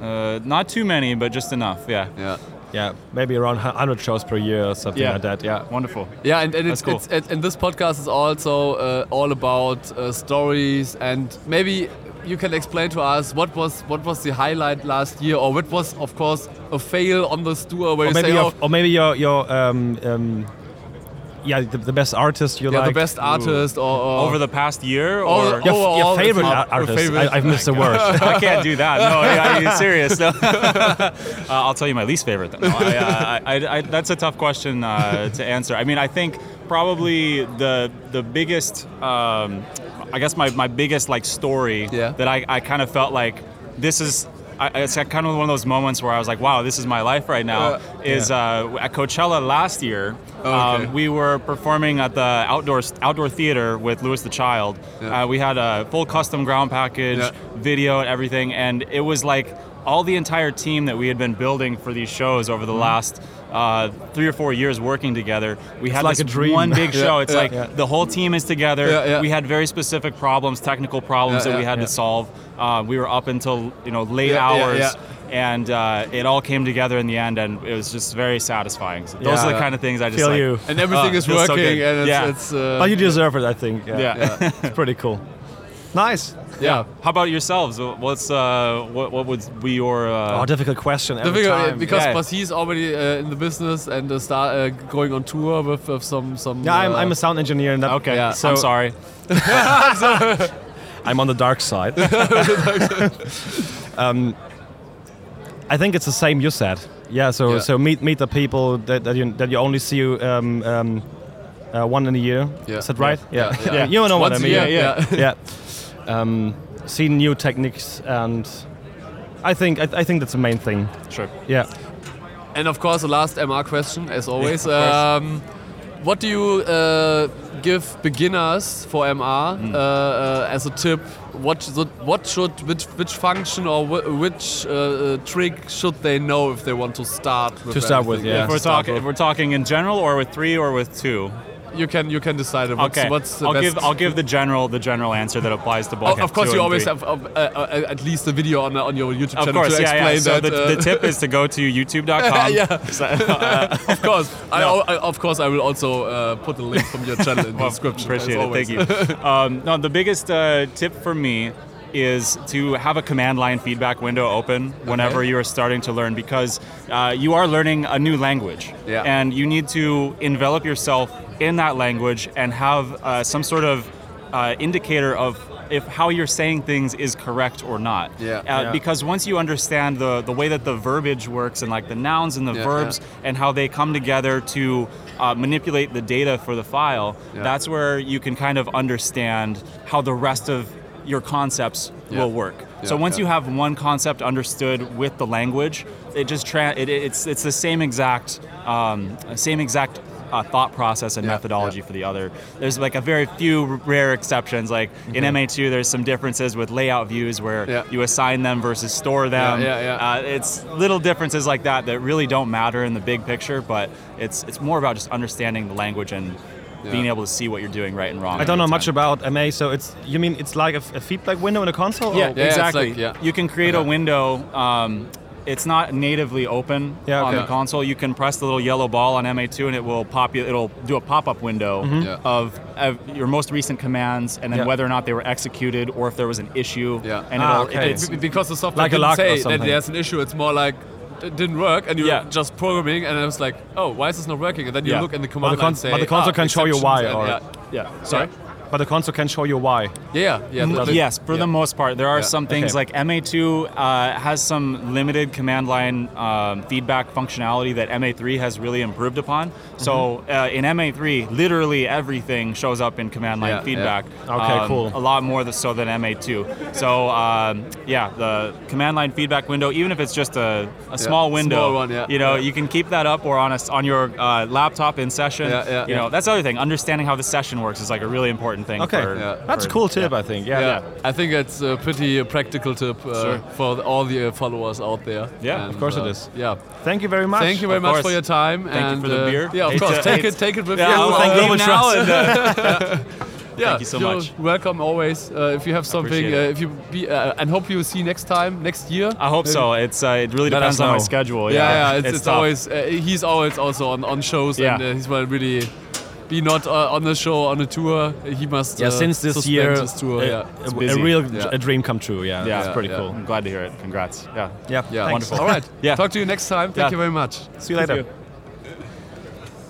[SPEAKER 6] uh, not too many, but just enough. Yeah.
[SPEAKER 1] yeah.
[SPEAKER 2] yeah, maybe around 100 shows per year or something
[SPEAKER 6] Yeah.
[SPEAKER 2] like that. Yeah.
[SPEAKER 6] Wonderful.
[SPEAKER 1] Yeah, and, and it's,
[SPEAKER 6] cool.
[SPEAKER 1] it's and, and this podcast is also uh, all about uh, stories and maybe you can explain to us what was what was the highlight last year or what was of course a fail on this tour where
[SPEAKER 2] Or
[SPEAKER 1] you
[SPEAKER 2] maybe,
[SPEAKER 1] say
[SPEAKER 2] your,
[SPEAKER 1] oh
[SPEAKER 2] or maybe your, your um, um, yeah, the, the best artist you
[SPEAKER 1] yeah,
[SPEAKER 2] like.
[SPEAKER 1] the best artist or, or
[SPEAKER 6] Over the past year,
[SPEAKER 1] All-
[SPEAKER 6] or
[SPEAKER 2] Your, f-
[SPEAKER 1] overall,
[SPEAKER 2] your
[SPEAKER 1] it's
[SPEAKER 2] favorite
[SPEAKER 1] not-
[SPEAKER 2] ar-
[SPEAKER 1] your
[SPEAKER 2] artist.
[SPEAKER 1] favorite- Oh
[SPEAKER 2] I, I've missed the word.
[SPEAKER 6] I can't do that. No, I, I, serious. No. Uh, I'll tell you my least favorite. Then. No, I, uh, I, I, I, that's a tough question uh, to answer. I mean, I think probably the the biggest, um, I guess my, my biggest like story
[SPEAKER 1] Yeah.
[SPEAKER 6] that I, I kind of felt like this is. I, it's kind of one of those moments where I was like, "Wow, this is my life right now."
[SPEAKER 1] Uh,
[SPEAKER 6] is uh, at Coachella last year.
[SPEAKER 1] Oh, okay.
[SPEAKER 6] um, we were performing at the outdoor outdoor theater with Lewis the Child.
[SPEAKER 1] Yeah.
[SPEAKER 6] Uh, we had a full custom ground package
[SPEAKER 1] Yeah.
[SPEAKER 6] video and everything and it was like all the entire team that we had been building for these shows over the
[SPEAKER 1] Mm-hmm.
[SPEAKER 6] last uh, three or four years working together we had
[SPEAKER 2] like
[SPEAKER 6] this
[SPEAKER 2] a dream.
[SPEAKER 6] one big
[SPEAKER 1] Yeah,
[SPEAKER 6] show it's
[SPEAKER 1] yeah.
[SPEAKER 6] like
[SPEAKER 1] Yeah.
[SPEAKER 6] the whole team is together
[SPEAKER 1] Yeah, yeah.
[SPEAKER 6] we had very specific problems technical problems
[SPEAKER 1] Yeah,
[SPEAKER 6] that we
[SPEAKER 1] yeah,
[SPEAKER 6] had
[SPEAKER 1] yeah.
[SPEAKER 6] to solve uh, we were up until you know late
[SPEAKER 1] Yeah, yeah,
[SPEAKER 6] hours
[SPEAKER 1] yeah.
[SPEAKER 6] and uh, it all came together in the end and it was just very satisfying so those
[SPEAKER 2] Yeah.
[SPEAKER 6] are the kind of things i just
[SPEAKER 2] Feel
[SPEAKER 6] like,
[SPEAKER 2] you.
[SPEAKER 1] and everything
[SPEAKER 6] Ah,
[SPEAKER 1] is
[SPEAKER 6] feels so
[SPEAKER 1] working
[SPEAKER 6] good.
[SPEAKER 1] and it's,
[SPEAKER 6] Yeah.
[SPEAKER 1] it's uh,
[SPEAKER 2] But you deserve it, I think. Yeah.
[SPEAKER 6] yeah,
[SPEAKER 2] It's pretty cool. Nice.
[SPEAKER 1] yeah.
[SPEAKER 6] how about yourselves what's uh, what, what would be your uh,
[SPEAKER 2] Oh, difficult question. Every
[SPEAKER 1] The bigger-
[SPEAKER 2] time.
[SPEAKER 1] because
[SPEAKER 6] yeah.
[SPEAKER 1] Basi is already uh, in the business and uh, start uh, going on tour with, with some some
[SPEAKER 2] yeah, I'm,
[SPEAKER 1] uh,
[SPEAKER 2] I'm a sound engineer, and that,
[SPEAKER 6] Okay,
[SPEAKER 1] Yeah.
[SPEAKER 6] I'm sorry.
[SPEAKER 2] I'm on the dark side. um, I think it's the same you said. Yeah. So
[SPEAKER 1] Yeah.
[SPEAKER 2] so meet meet the people that, that you that you only see um, um, uh, one in a year.
[SPEAKER 1] Yeah.
[SPEAKER 2] Is that right?
[SPEAKER 1] Yeah, yeah.
[SPEAKER 2] You know what I
[SPEAKER 1] Once a
[SPEAKER 2] mean.
[SPEAKER 1] year, yeah.
[SPEAKER 2] yeah. Um, see new techniques, and I think I, I think that's the main thing.
[SPEAKER 6] Sure.
[SPEAKER 2] Yeah.
[SPEAKER 1] And of course, the last MR question, as always. um, what do you uh, give beginners for MR
[SPEAKER 6] Hmm.
[SPEAKER 1] uh, uh, as a tip? What should, what should which, which function or whi- which uh, uh, trick should they know if they want to start? With
[SPEAKER 2] To start with,
[SPEAKER 1] everything?
[SPEAKER 2] yeah.
[SPEAKER 6] If we're
[SPEAKER 1] to start
[SPEAKER 6] talking, if we're talking in general, or with three, or with two.
[SPEAKER 1] with. you can you can decide what's,
[SPEAKER 6] Okay.
[SPEAKER 1] what's the
[SPEAKER 6] I'll
[SPEAKER 1] best. Oh,
[SPEAKER 6] give I'll give the general the general answer that applies to both.
[SPEAKER 1] of course,
[SPEAKER 6] two
[SPEAKER 1] you
[SPEAKER 6] and
[SPEAKER 1] always
[SPEAKER 6] three.
[SPEAKER 1] have uh, uh, uh, at least a video on, on your YouTube
[SPEAKER 6] Of
[SPEAKER 1] channel
[SPEAKER 6] course,
[SPEAKER 1] to
[SPEAKER 6] yeah,
[SPEAKER 1] explain
[SPEAKER 6] yeah. So
[SPEAKER 1] that.
[SPEAKER 6] the,
[SPEAKER 1] uh,
[SPEAKER 6] the tip is to go to youtube.com.
[SPEAKER 1] Yeah.
[SPEAKER 6] So, uh,
[SPEAKER 1] of course, I, al- I, of course, I will also uh, put a link from your channel in the
[SPEAKER 6] Well,
[SPEAKER 1] description. as
[SPEAKER 6] Appreciate
[SPEAKER 1] always.
[SPEAKER 6] it. Thank you. um, no, the biggest uh, tip for me is to have a command line feedback window open whenever you are starting to learn because uh, you are learning a new language
[SPEAKER 1] Yeah.
[SPEAKER 6] and you need to envelop yourself in that language and have uh, some sort of uh, indicator of if how you're saying things is correct or not
[SPEAKER 1] Yeah.
[SPEAKER 6] Uh, because once you understand the the way that the verbiage works and like the nouns and the
[SPEAKER 1] Yeah,
[SPEAKER 6] verbs and how they come together to uh, manipulate the data for the file,
[SPEAKER 1] Yeah.
[SPEAKER 6] that's where you can kind of understand how the rest of your concepts
[SPEAKER 1] Yeah.
[SPEAKER 6] will work. so
[SPEAKER 1] Yeah,
[SPEAKER 6] once
[SPEAKER 1] yeah.
[SPEAKER 6] you have one concept understood with the language, it just tra- it, it- it's it's the same exact um, same exact uh, thought process and
[SPEAKER 1] Yeah,
[SPEAKER 6] methodology
[SPEAKER 1] yeah.
[SPEAKER 6] for the other. There's like a very few rare exceptions. Like in MA2, there's some differences with layout views where
[SPEAKER 1] Mm-hmm. Yeah.
[SPEAKER 6] you assign them versus store them.
[SPEAKER 1] Yeah, yeah, yeah.
[SPEAKER 6] Uh, it's little differences like that that really don't matter in the big picture, but it's it's more about just understanding the language and being able to see what you're doing right and wrong.
[SPEAKER 2] I don't know
[SPEAKER 6] every
[SPEAKER 2] much
[SPEAKER 6] time.
[SPEAKER 2] about MA, so it's you mean it's like a, f- a feedback window in a console?
[SPEAKER 6] Yeah,
[SPEAKER 2] or-
[SPEAKER 1] Yeah, it's
[SPEAKER 6] exactly.
[SPEAKER 1] like- yeah.
[SPEAKER 6] You can create a window. Um, it's not natively open
[SPEAKER 2] Yeah,
[SPEAKER 6] on
[SPEAKER 2] okay.
[SPEAKER 6] the console. You can press the little yellow ball on MA2, and it will pop. You, it'll do a pop-up window
[SPEAKER 1] Yeah. Um,
[SPEAKER 6] of, of your most recent commands, and then
[SPEAKER 2] Mm-hmm. Yeah.
[SPEAKER 6] whether or not they were executed, or if there was an issue.
[SPEAKER 1] Yeah.
[SPEAKER 6] And
[SPEAKER 2] Ah,
[SPEAKER 6] it'll,
[SPEAKER 2] okay.
[SPEAKER 6] if
[SPEAKER 1] It-
[SPEAKER 6] it's,
[SPEAKER 1] b- because the software
[SPEAKER 2] Like a
[SPEAKER 1] didn't
[SPEAKER 2] lock or
[SPEAKER 1] say that
[SPEAKER 2] something.
[SPEAKER 1] there's an issue. It's more like it didn't work, and you're
[SPEAKER 6] Yeah.
[SPEAKER 1] just programming, and I was like, oh, why is this not working? And then you
[SPEAKER 2] Yeah.
[SPEAKER 1] look in the
[SPEAKER 2] But
[SPEAKER 1] command
[SPEAKER 2] the con-
[SPEAKER 1] line say,
[SPEAKER 2] but the console
[SPEAKER 1] ah,
[SPEAKER 2] can show you
[SPEAKER 1] exceptions
[SPEAKER 2] why,
[SPEAKER 1] and-
[SPEAKER 2] or-
[SPEAKER 1] yeah.
[SPEAKER 6] yeah. Sorry.
[SPEAKER 2] But the console can show you why.
[SPEAKER 1] Yeah, yeah.
[SPEAKER 2] Mm,
[SPEAKER 6] M-
[SPEAKER 1] the-
[SPEAKER 6] yes, for
[SPEAKER 1] yeah.
[SPEAKER 6] the most part. There are
[SPEAKER 1] Yeah.
[SPEAKER 6] some things
[SPEAKER 2] Okay.
[SPEAKER 6] like MA2 uh, has some limited command line um, feedback functionality that MA3 has really improved upon. So
[SPEAKER 1] Mm-hmm.
[SPEAKER 6] uh, in MA3, literally everything shows up in command line
[SPEAKER 1] Yeah, yeah.
[SPEAKER 6] feedback.
[SPEAKER 2] Okay,
[SPEAKER 6] um,
[SPEAKER 2] cool.
[SPEAKER 6] A lot more th- so than MA2. So um, yeah, the command line feedback window, even if it's just a, a small window,
[SPEAKER 1] small one, yeah.
[SPEAKER 6] you know,
[SPEAKER 1] Yeah.
[SPEAKER 6] you can keep that up or on a s on your uh, laptop in session.
[SPEAKER 1] Yeah, yeah.
[SPEAKER 6] you know, that's the other thing. Understanding how the session works is like a really important thing.
[SPEAKER 2] Okay,
[SPEAKER 6] for-
[SPEAKER 1] Yeah.
[SPEAKER 2] that's a
[SPEAKER 6] for-
[SPEAKER 2] cool tip, I think. Yeah.
[SPEAKER 1] Yeah. I think that's a pretty uh, practical tip uh,
[SPEAKER 6] Sure.
[SPEAKER 1] for the- all the uh, followers out there.
[SPEAKER 6] Yeah, of
[SPEAKER 1] And,
[SPEAKER 2] course it
[SPEAKER 1] uh,
[SPEAKER 2] is.
[SPEAKER 1] Yeah.
[SPEAKER 2] Thank you very much.
[SPEAKER 1] Thank you very
[SPEAKER 6] Of
[SPEAKER 1] much
[SPEAKER 6] course.
[SPEAKER 1] for your time.
[SPEAKER 6] you
[SPEAKER 1] and,
[SPEAKER 6] for the
[SPEAKER 1] uh,
[SPEAKER 6] beer.
[SPEAKER 1] Yeah, of
[SPEAKER 6] It's,
[SPEAKER 1] course.
[SPEAKER 6] uh,
[SPEAKER 1] Take it,
[SPEAKER 6] it's-
[SPEAKER 1] take it with
[SPEAKER 6] Yeah,
[SPEAKER 1] you.
[SPEAKER 6] I'll
[SPEAKER 1] Uh,
[SPEAKER 6] thank you now.
[SPEAKER 2] Trust.
[SPEAKER 6] And, uh,
[SPEAKER 1] Yeah,
[SPEAKER 6] Thank you so
[SPEAKER 1] you're
[SPEAKER 6] much.
[SPEAKER 1] Welcome always. Uh, if you have something,
[SPEAKER 6] Appreciate
[SPEAKER 1] uh,
[SPEAKER 6] it.
[SPEAKER 1] if you be, uh, and hope you see next time next year.
[SPEAKER 6] I hope so. It's uh, it really
[SPEAKER 1] Let us
[SPEAKER 6] depends on my
[SPEAKER 1] know.
[SPEAKER 6] schedule.
[SPEAKER 1] Yeah, yeah, it's,
[SPEAKER 6] it's,
[SPEAKER 1] it's,
[SPEAKER 6] tough.
[SPEAKER 1] always uh, he's always also on, on shows
[SPEAKER 6] Yeah.
[SPEAKER 1] and uh, he's well really be not uh, on the show on a tour. He must
[SPEAKER 5] Yeah,
[SPEAKER 1] uh,
[SPEAKER 5] since this
[SPEAKER 1] suspend
[SPEAKER 5] year,
[SPEAKER 1] his tour.
[SPEAKER 6] uh,
[SPEAKER 5] a,
[SPEAKER 1] yeah.
[SPEAKER 5] a- a
[SPEAKER 6] busy.
[SPEAKER 5] real
[SPEAKER 1] Yeah.
[SPEAKER 5] a dream come true. Yeah,
[SPEAKER 6] Yeah,
[SPEAKER 5] it's
[SPEAKER 1] yeah,
[SPEAKER 5] pretty
[SPEAKER 1] yeah.
[SPEAKER 5] cool.
[SPEAKER 6] I'm glad to hear it. Congrats. Yeah.
[SPEAKER 5] Yeah,
[SPEAKER 1] Yeah.
[SPEAKER 5] thanks.
[SPEAKER 1] All right.
[SPEAKER 6] Yeah.
[SPEAKER 1] Talk to you next time. Thank
[SPEAKER 5] Yeah.
[SPEAKER 1] you very much.
[SPEAKER 5] See you later.
[SPEAKER 6] you.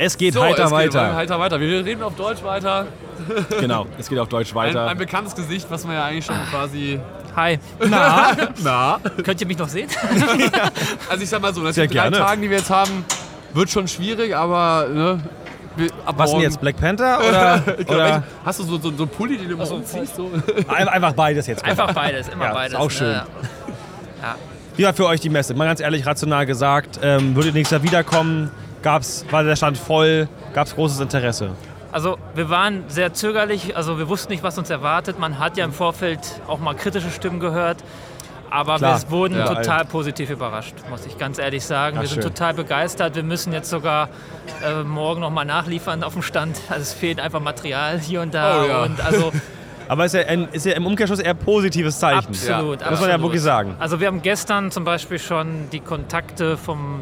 [SPEAKER 5] Es geht
[SPEAKER 1] So,
[SPEAKER 5] heiter
[SPEAKER 1] es geht
[SPEAKER 5] weiter.
[SPEAKER 1] Heiter weiter. Wir reden auf Deutsch weiter.
[SPEAKER 5] Genau, es geht auf Deutsch
[SPEAKER 1] Ein,
[SPEAKER 5] weiter.
[SPEAKER 1] ein bekanntes Gesicht, was man ja eigentlich schon quasi.
[SPEAKER 7] Hi.
[SPEAKER 1] Na, na.
[SPEAKER 7] Könnt ihr mich noch sehen?
[SPEAKER 1] Also ich sag mal so, nach
[SPEAKER 5] Sehr
[SPEAKER 1] den drei
[SPEAKER 5] gerne.
[SPEAKER 1] Tagen, die wir jetzt haben, wird schon schwierig, aber ne, wir- ab
[SPEAKER 5] Was denn
[SPEAKER 1] morgen-
[SPEAKER 5] jetzt? Black Panther oder,
[SPEAKER 1] Ich glaub,
[SPEAKER 5] oder
[SPEAKER 1] welchen- hast du so, so, so einen Pulli, den du immer umziehst? So?
[SPEAKER 5] Ein- einfach beides jetzt?
[SPEAKER 7] Einfach beides, immer
[SPEAKER 5] Ja, ist
[SPEAKER 7] beides.
[SPEAKER 5] auch schön.
[SPEAKER 7] ne?
[SPEAKER 5] Wie war für euch die Messe? Mal ganz ehrlich, rational gesagt, ähm, würdet ihr nächstes Jahr wiederkommen? Gab's, war der Stand voll? Gab es großes Interesse?
[SPEAKER 7] Also wir waren sehr zögerlich, also wir wussten nicht, was uns erwartet. Man hat ja im Vorfeld auch mal kritische Stimmen gehört. Aber
[SPEAKER 5] Klar.
[SPEAKER 7] wir wurden
[SPEAKER 5] Ja,
[SPEAKER 7] total positiv überrascht, muss ich ganz ehrlich sagen.
[SPEAKER 5] Ach,
[SPEAKER 7] wir sind
[SPEAKER 5] schön.
[SPEAKER 7] total begeistert. Wir müssen jetzt sogar äh, morgen nochmal nachliefern auf dem Stand. Also es fehlt einfach Material hier und da.
[SPEAKER 1] Oh ja.
[SPEAKER 7] Und also
[SPEAKER 5] Aber ist ja, ein, ist ja im Umkehrschluss eher ein positives Zeichen. Muss
[SPEAKER 7] Absolut,
[SPEAKER 5] man ja
[SPEAKER 7] absolut.
[SPEAKER 5] wirklich sagen.
[SPEAKER 7] Also wir haben gestern zum Beispiel schon die Kontakte vom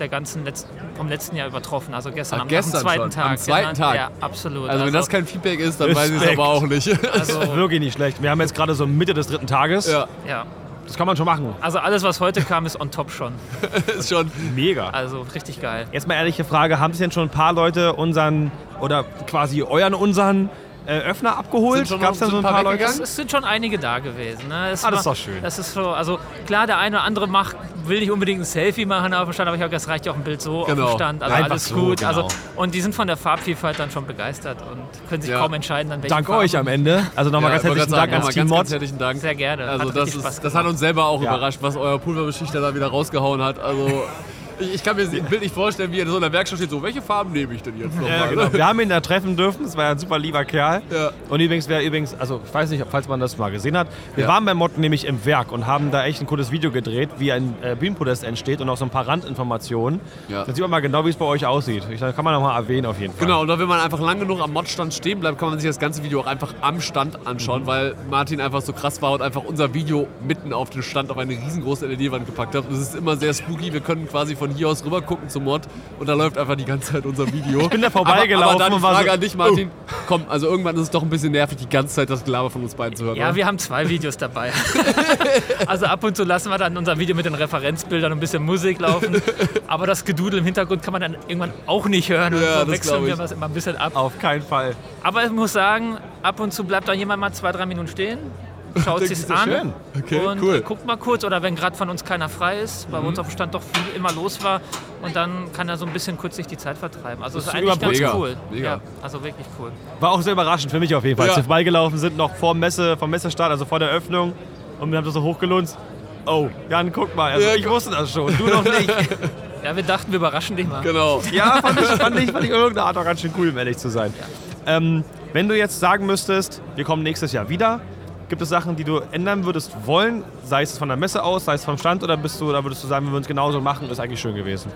[SPEAKER 7] der ganzen letzten, vom letzten Jahr übertroffen. Also gestern,
[SPEAKER 1] Ach,
[SPEAKER 7] am,
[SPEAKER 1] gestern
[SPEAKER 7] am zweiten
[SPEAKER 1] schon,
[SPEAKER 7] Tag.
[SPEAKER 1] am zweiten
[SPEAKER 7] genau.
[SPEAKER 1] Tag.
[SPEAKER 7] Ja, absolut.
[SPEAKER 1] Also wenn das kein Feedback ist, dann weiß ich es
[SPEAKER 5] Respekt.
[SPEAKER 1] aber auch nicht.
[SPEAKER 7] also,
[SPEAKER 5] Wirklich nicht schlecht. Wir haben jetzt gerade so Mitte des dritten Tages.
[SPEAKER 1] Ja.
[SPEAKER 7] ja.
[SPEAKER 5] Das kann man schon machen.
[SPEAKER 7] also alles, was heute kam, ist on top schon.
[SPEAKER 1] ist schon.
[SPEAKER 5] Mega.
[SPEAKER 7] Also richtig geil.
[SPEAKER 5] Jetzt mal ehrliche Frage, haben sich denn schon ein paar Leute unseren, oder quasi euren, unseren äh, Öffner abgeholt?
[SPEAKER 1] Sind schon
[SPEAKER 5] Gab's
[SPEAKER 1] noch-
[SPEAKER 5] denn so
[SPEAKER 1] sind
[SPEAKER 5] ein
[SPEAKER 1] ein
[SPEAKER 5] paar
[SPEAKER 1] paar
[SPEAKER 5] Leute?
[SPEAKER 1] weggegangen?
[SPEAKER 7] Es, es sind schon einige da gewesen. Ne? Es
[SPEAKER 5] Ah, das
[SPEAKER 7] war-
[SPEAKER 5] ist doch schön.
[SPEAKER 7] Das ist so, also klar, der eine oder andere macht, will nicht unbedingt ein Selfie machen auf dem Stand, aber ich glaube, das reicht ja auch ein Bild so auf
[SPEAKER 1] Genau.
[SPEAKER 7] dem Stand. Also
[SPEAKER 5] Einfach
[SPEAKER 7] alles
[SPEAKER 5] so,
[SPEAKER 7] gut.
[SPEAKER 5] genau.
[SPEAKER 7] Also, und die sind von der Farbvielfalt dann schon begeistert und können sich
[SPEAKER 1] Ja.
[SPEAKER 7] kaum entscheiden, an welchen
[SPEAKER 5] Dank
[SPEAKER 7] Farben.
[SPEAKER 5] euch am Ende. Also nochmal ganz
[SPEAKER 1] ich wollte
[SPEAKER 5] herzlichen
[SPEAKER 1] gerade
[SPEAKER 5] Dank
[SPEAKER 1] sagen,
[SPEAKER 5] ans
[SPEAKER 1] nochmal
[SPEAKER 5] Team
[SPEAKER 1] ganz,
[SPEAKER 5] Mod.
[SPEAKER 1] ganz herzlichen Dank.
[SPEAKER 7] Sehr gerne. Hat
[SPEAKER 1] Also das,
[SPEAKER 7] richtig Spaß
[SPEAKER 1] ist, das hat uns selber auch überrascht, was euer Pulverbeschichter da wieder rausgehauen hat. Also ich, ich kann mir ein Bild nicht vorstellen, wie er so in der Werkstatt steht, so welche Farben nehme ich denn jetzt ne? nochmal?
[SPEAKER 5] Ja, genau. Wir haben ihn da treffen dürfen, es war ja ein super lieber Kerl.
[SPEAKER 1] Ja.
[SPEAKER 5] Und übrigens, wer übrigens, also ich weiß nicht, falls man das mal gesehen hat, wir
[SPEAKER 1] Ja.
[SPEAKER 5] waren beim Mod nämlich im Werk und haben da echt ein cooles Video gedreht, wie ein äh, Bühnenpodest entsteht und auch so ein paar Randinformationen.
[SPEAKER 1] Ja.
[SPEAKER 5] Dann sieht man mal genau, wie es bei euch aussieht. Ich, sag, kann man nochmal erwähnen auf jeden Fall.
[SPEAKER 1] Genau, und wenn man einfach lang genug am Modstand stehen bleibt, kann man sich das ganze Video auch einfach am Stand anschauen,
[SPEAKER 7] Mhm.
[SPEAKER 1] weil Martin einfach so krass war und einfach unser Video mitten auf den Stand auf eine riesengroße LED-Wand gepackt hat. Und es ist immer sehr spooky. Wir können quasi von hier aus rüber gucken zum Mod und da läuft einfach die ganze Zeit unser Video. Ich
[SPEAKER 5] bin da vorbeigelaufen
[SPEAKER 1] Aber, aber dann die
[SPEAKER 5] und war
[SPEAKER 1] Frage
[SPEAKER 5] so,
[SPEAKER 1] an dich, Martin.
[SPEAKER 7] oh.
[SPEAKER 1] Komm, also irgendwann ist es doch ein bisschen nervig, die ganze Zeit das Gelaber von uns beiden zu hören.
[SPEAKER 7] Ja,
[SPEAKER 5] ne?
[SPEAKER 1] oder?
[SPEAKER 7] wir haben zwei Videos dabei. also ab und zu lassen wir dann unser Video mit den Referenzbildern und ein bisschen Musik laufen. Aber das Gedudel im Hintergrund kann man dann irgendwann auch nicht hören. Und
[SPEAKER 1] Ja, das
[SPEAKER 7] so
[SPEAKER 1] glaub
[SPEAKER 7] wechseln
[SPEAKER 1] ich.
[SPEAKER 7] wir das immer ein bisschen ab.
[SPEAKER 5] Auf keinen Fall.
[SPEAKER 7] Aber ich muss sagen, ab und zu bleibt da jemand mal zwei, drei Minuten stehen, schaut
[SPEAKER 1] Das ist
[SPEAKER 7] sich's
[SPEAKER 1] ja
[SPEAKER 7] an
[SPEAKER 1] schön. Okay,
[SPEAKER 7] und äh,
[SPEAKER 1] cool. Mhm.
[SPEAKER 7] guckt mal kurz. Oder wenn gerade von uns keiner frei ist, weil bei uns auf dem Stand doch viel immer los war. Und dann kann er so ein bisschen kurz sich die Zeit vertreiben. Also ist eigentlich ganz
[SPEAKER 1] überbrücken. Mega,
[SPEAKER 7] cool.
[SPEAKER 1] mega.
[SPEAKER 7] Ja, also wirklich cool.
[SPEAKER 5] War auch sehr überraschend für mich auf jeden Fall.
[SPEAKER 1] Ja.
[SPEAKER 5] Als wir vorbeigelaufen sind, noch vor dem Messe, vom Messestart, also vor der Öffnung, und wir haben das so hochgelunzt. Oh, Jan, guck mal. Also
[SPEAKER 1] Ja,
[SPEAKER 5] ich wusste das schon, du noch nicht.
[SPEAKER 7] Ja, wir dachten, wir überraschen dich mal.
[SPEAKER 1] Genau.
[SPEAKER 5] Ja, fand ich, fand ich, fand ich irgendeine Art auch ganz schön cool, um ehrlich zu sein. Ähm, wenn du jetzt sagen müsstest, wir kommen nächstes Jahr wieder, gibt es Sachen, die du ändern würdest wollen, sei es von der Messe aus, sei es vom Stand, oder bist du, oder würdest du sagen, wenn wir uns genauso machen, ist eigentlich schön gewesen?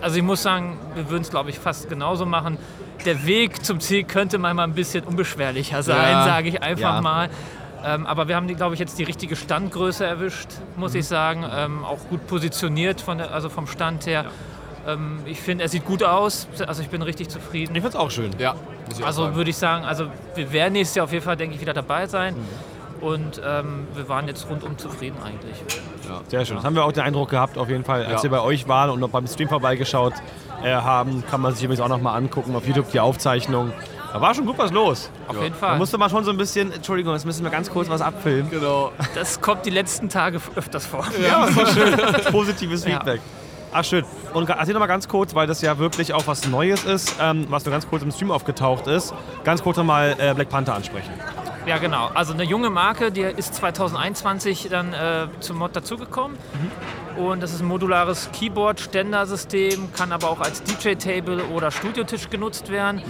[SPEAKER 7] Also ich muss sagen, wir würden es, glaube ich, fast genauso machen. Der Weg zum Ziel könnte manchmal ein bisschen unbeschwerlicher sein,
[SPEAKER 1] Ja,
[SPEAKER 7] sage ich einfach
[SPEAKER 5] ja.
[SPEAKER 7] mal. Ähm, aber wir haben, die, glaube ich, jetzt die richtige Standgröße erwischt, muss ich sagen. Ähm, auch gut positioniert, von der, also vom Stand her. Ähm, ich finde, er sieht gut aus. Also ich bin richtig zufrieden.
[SPEAKER 5] Ich find's auch schön.
[SPEAKER 1] Ja, muss ich auch
[SPEAKER 7] Also
[SPEAKER 1] sagen.
[SPEAKER 7] würde ich sagen, also wir werden nächstes Jahr auf jeden Fall, denke ich, wieder dabei sein. Und ähm, wir waren jetzt rundum zufrieden eigentlich.
[SPEAKER 5] Sehr schön. Das haben wir auch den Eindruck gehabt, auf jeden Fall,
[SPEAKER 1] Ja.
[SPEAKER 5] als wir bei euch waren und noch beim Stream vorbeigeschaut äh, haben, kann man sich übrigens auch nochmal angucken auf YouTube die Aufzeichnung. Da war schon gut was los.
[SPEAKER 7] Auf jeden
[SPEAKER 5] Da
[SPEAKER 7] Fall.
[SPEAKER 5] musste man schon so ein bisschen, Entschuldigung, jetzt müssen wir ganz kurz was abfilmen.
[SPEAKER 1] Genau.
[SPEAKER 7] Das kommt die letzten Tage öfters vor.
[SPEAKER 5] Ja, das war schön. Positives
[SPEAKER 7] Ja.
[SPEAKER 5] Feedback. Ach, schön. Und ga- erzähl noch mal ganz kurz, weil das ja wirklich auch was Neues ist, ähm, was nur ganz kurz im Stream aufgetaucht ist. Ganz kurz nochmal äh, Black Panther ansprechen.
[SPEAKER 7] Ja, genau. Also eine junge Marke, die ist 2021 dann äh, zum Mod dazugekommen. Und das ist ein modulares Keyboard-Ständersystem, kann aber auch als DJ-Table oder Studiotisch genutzt werden.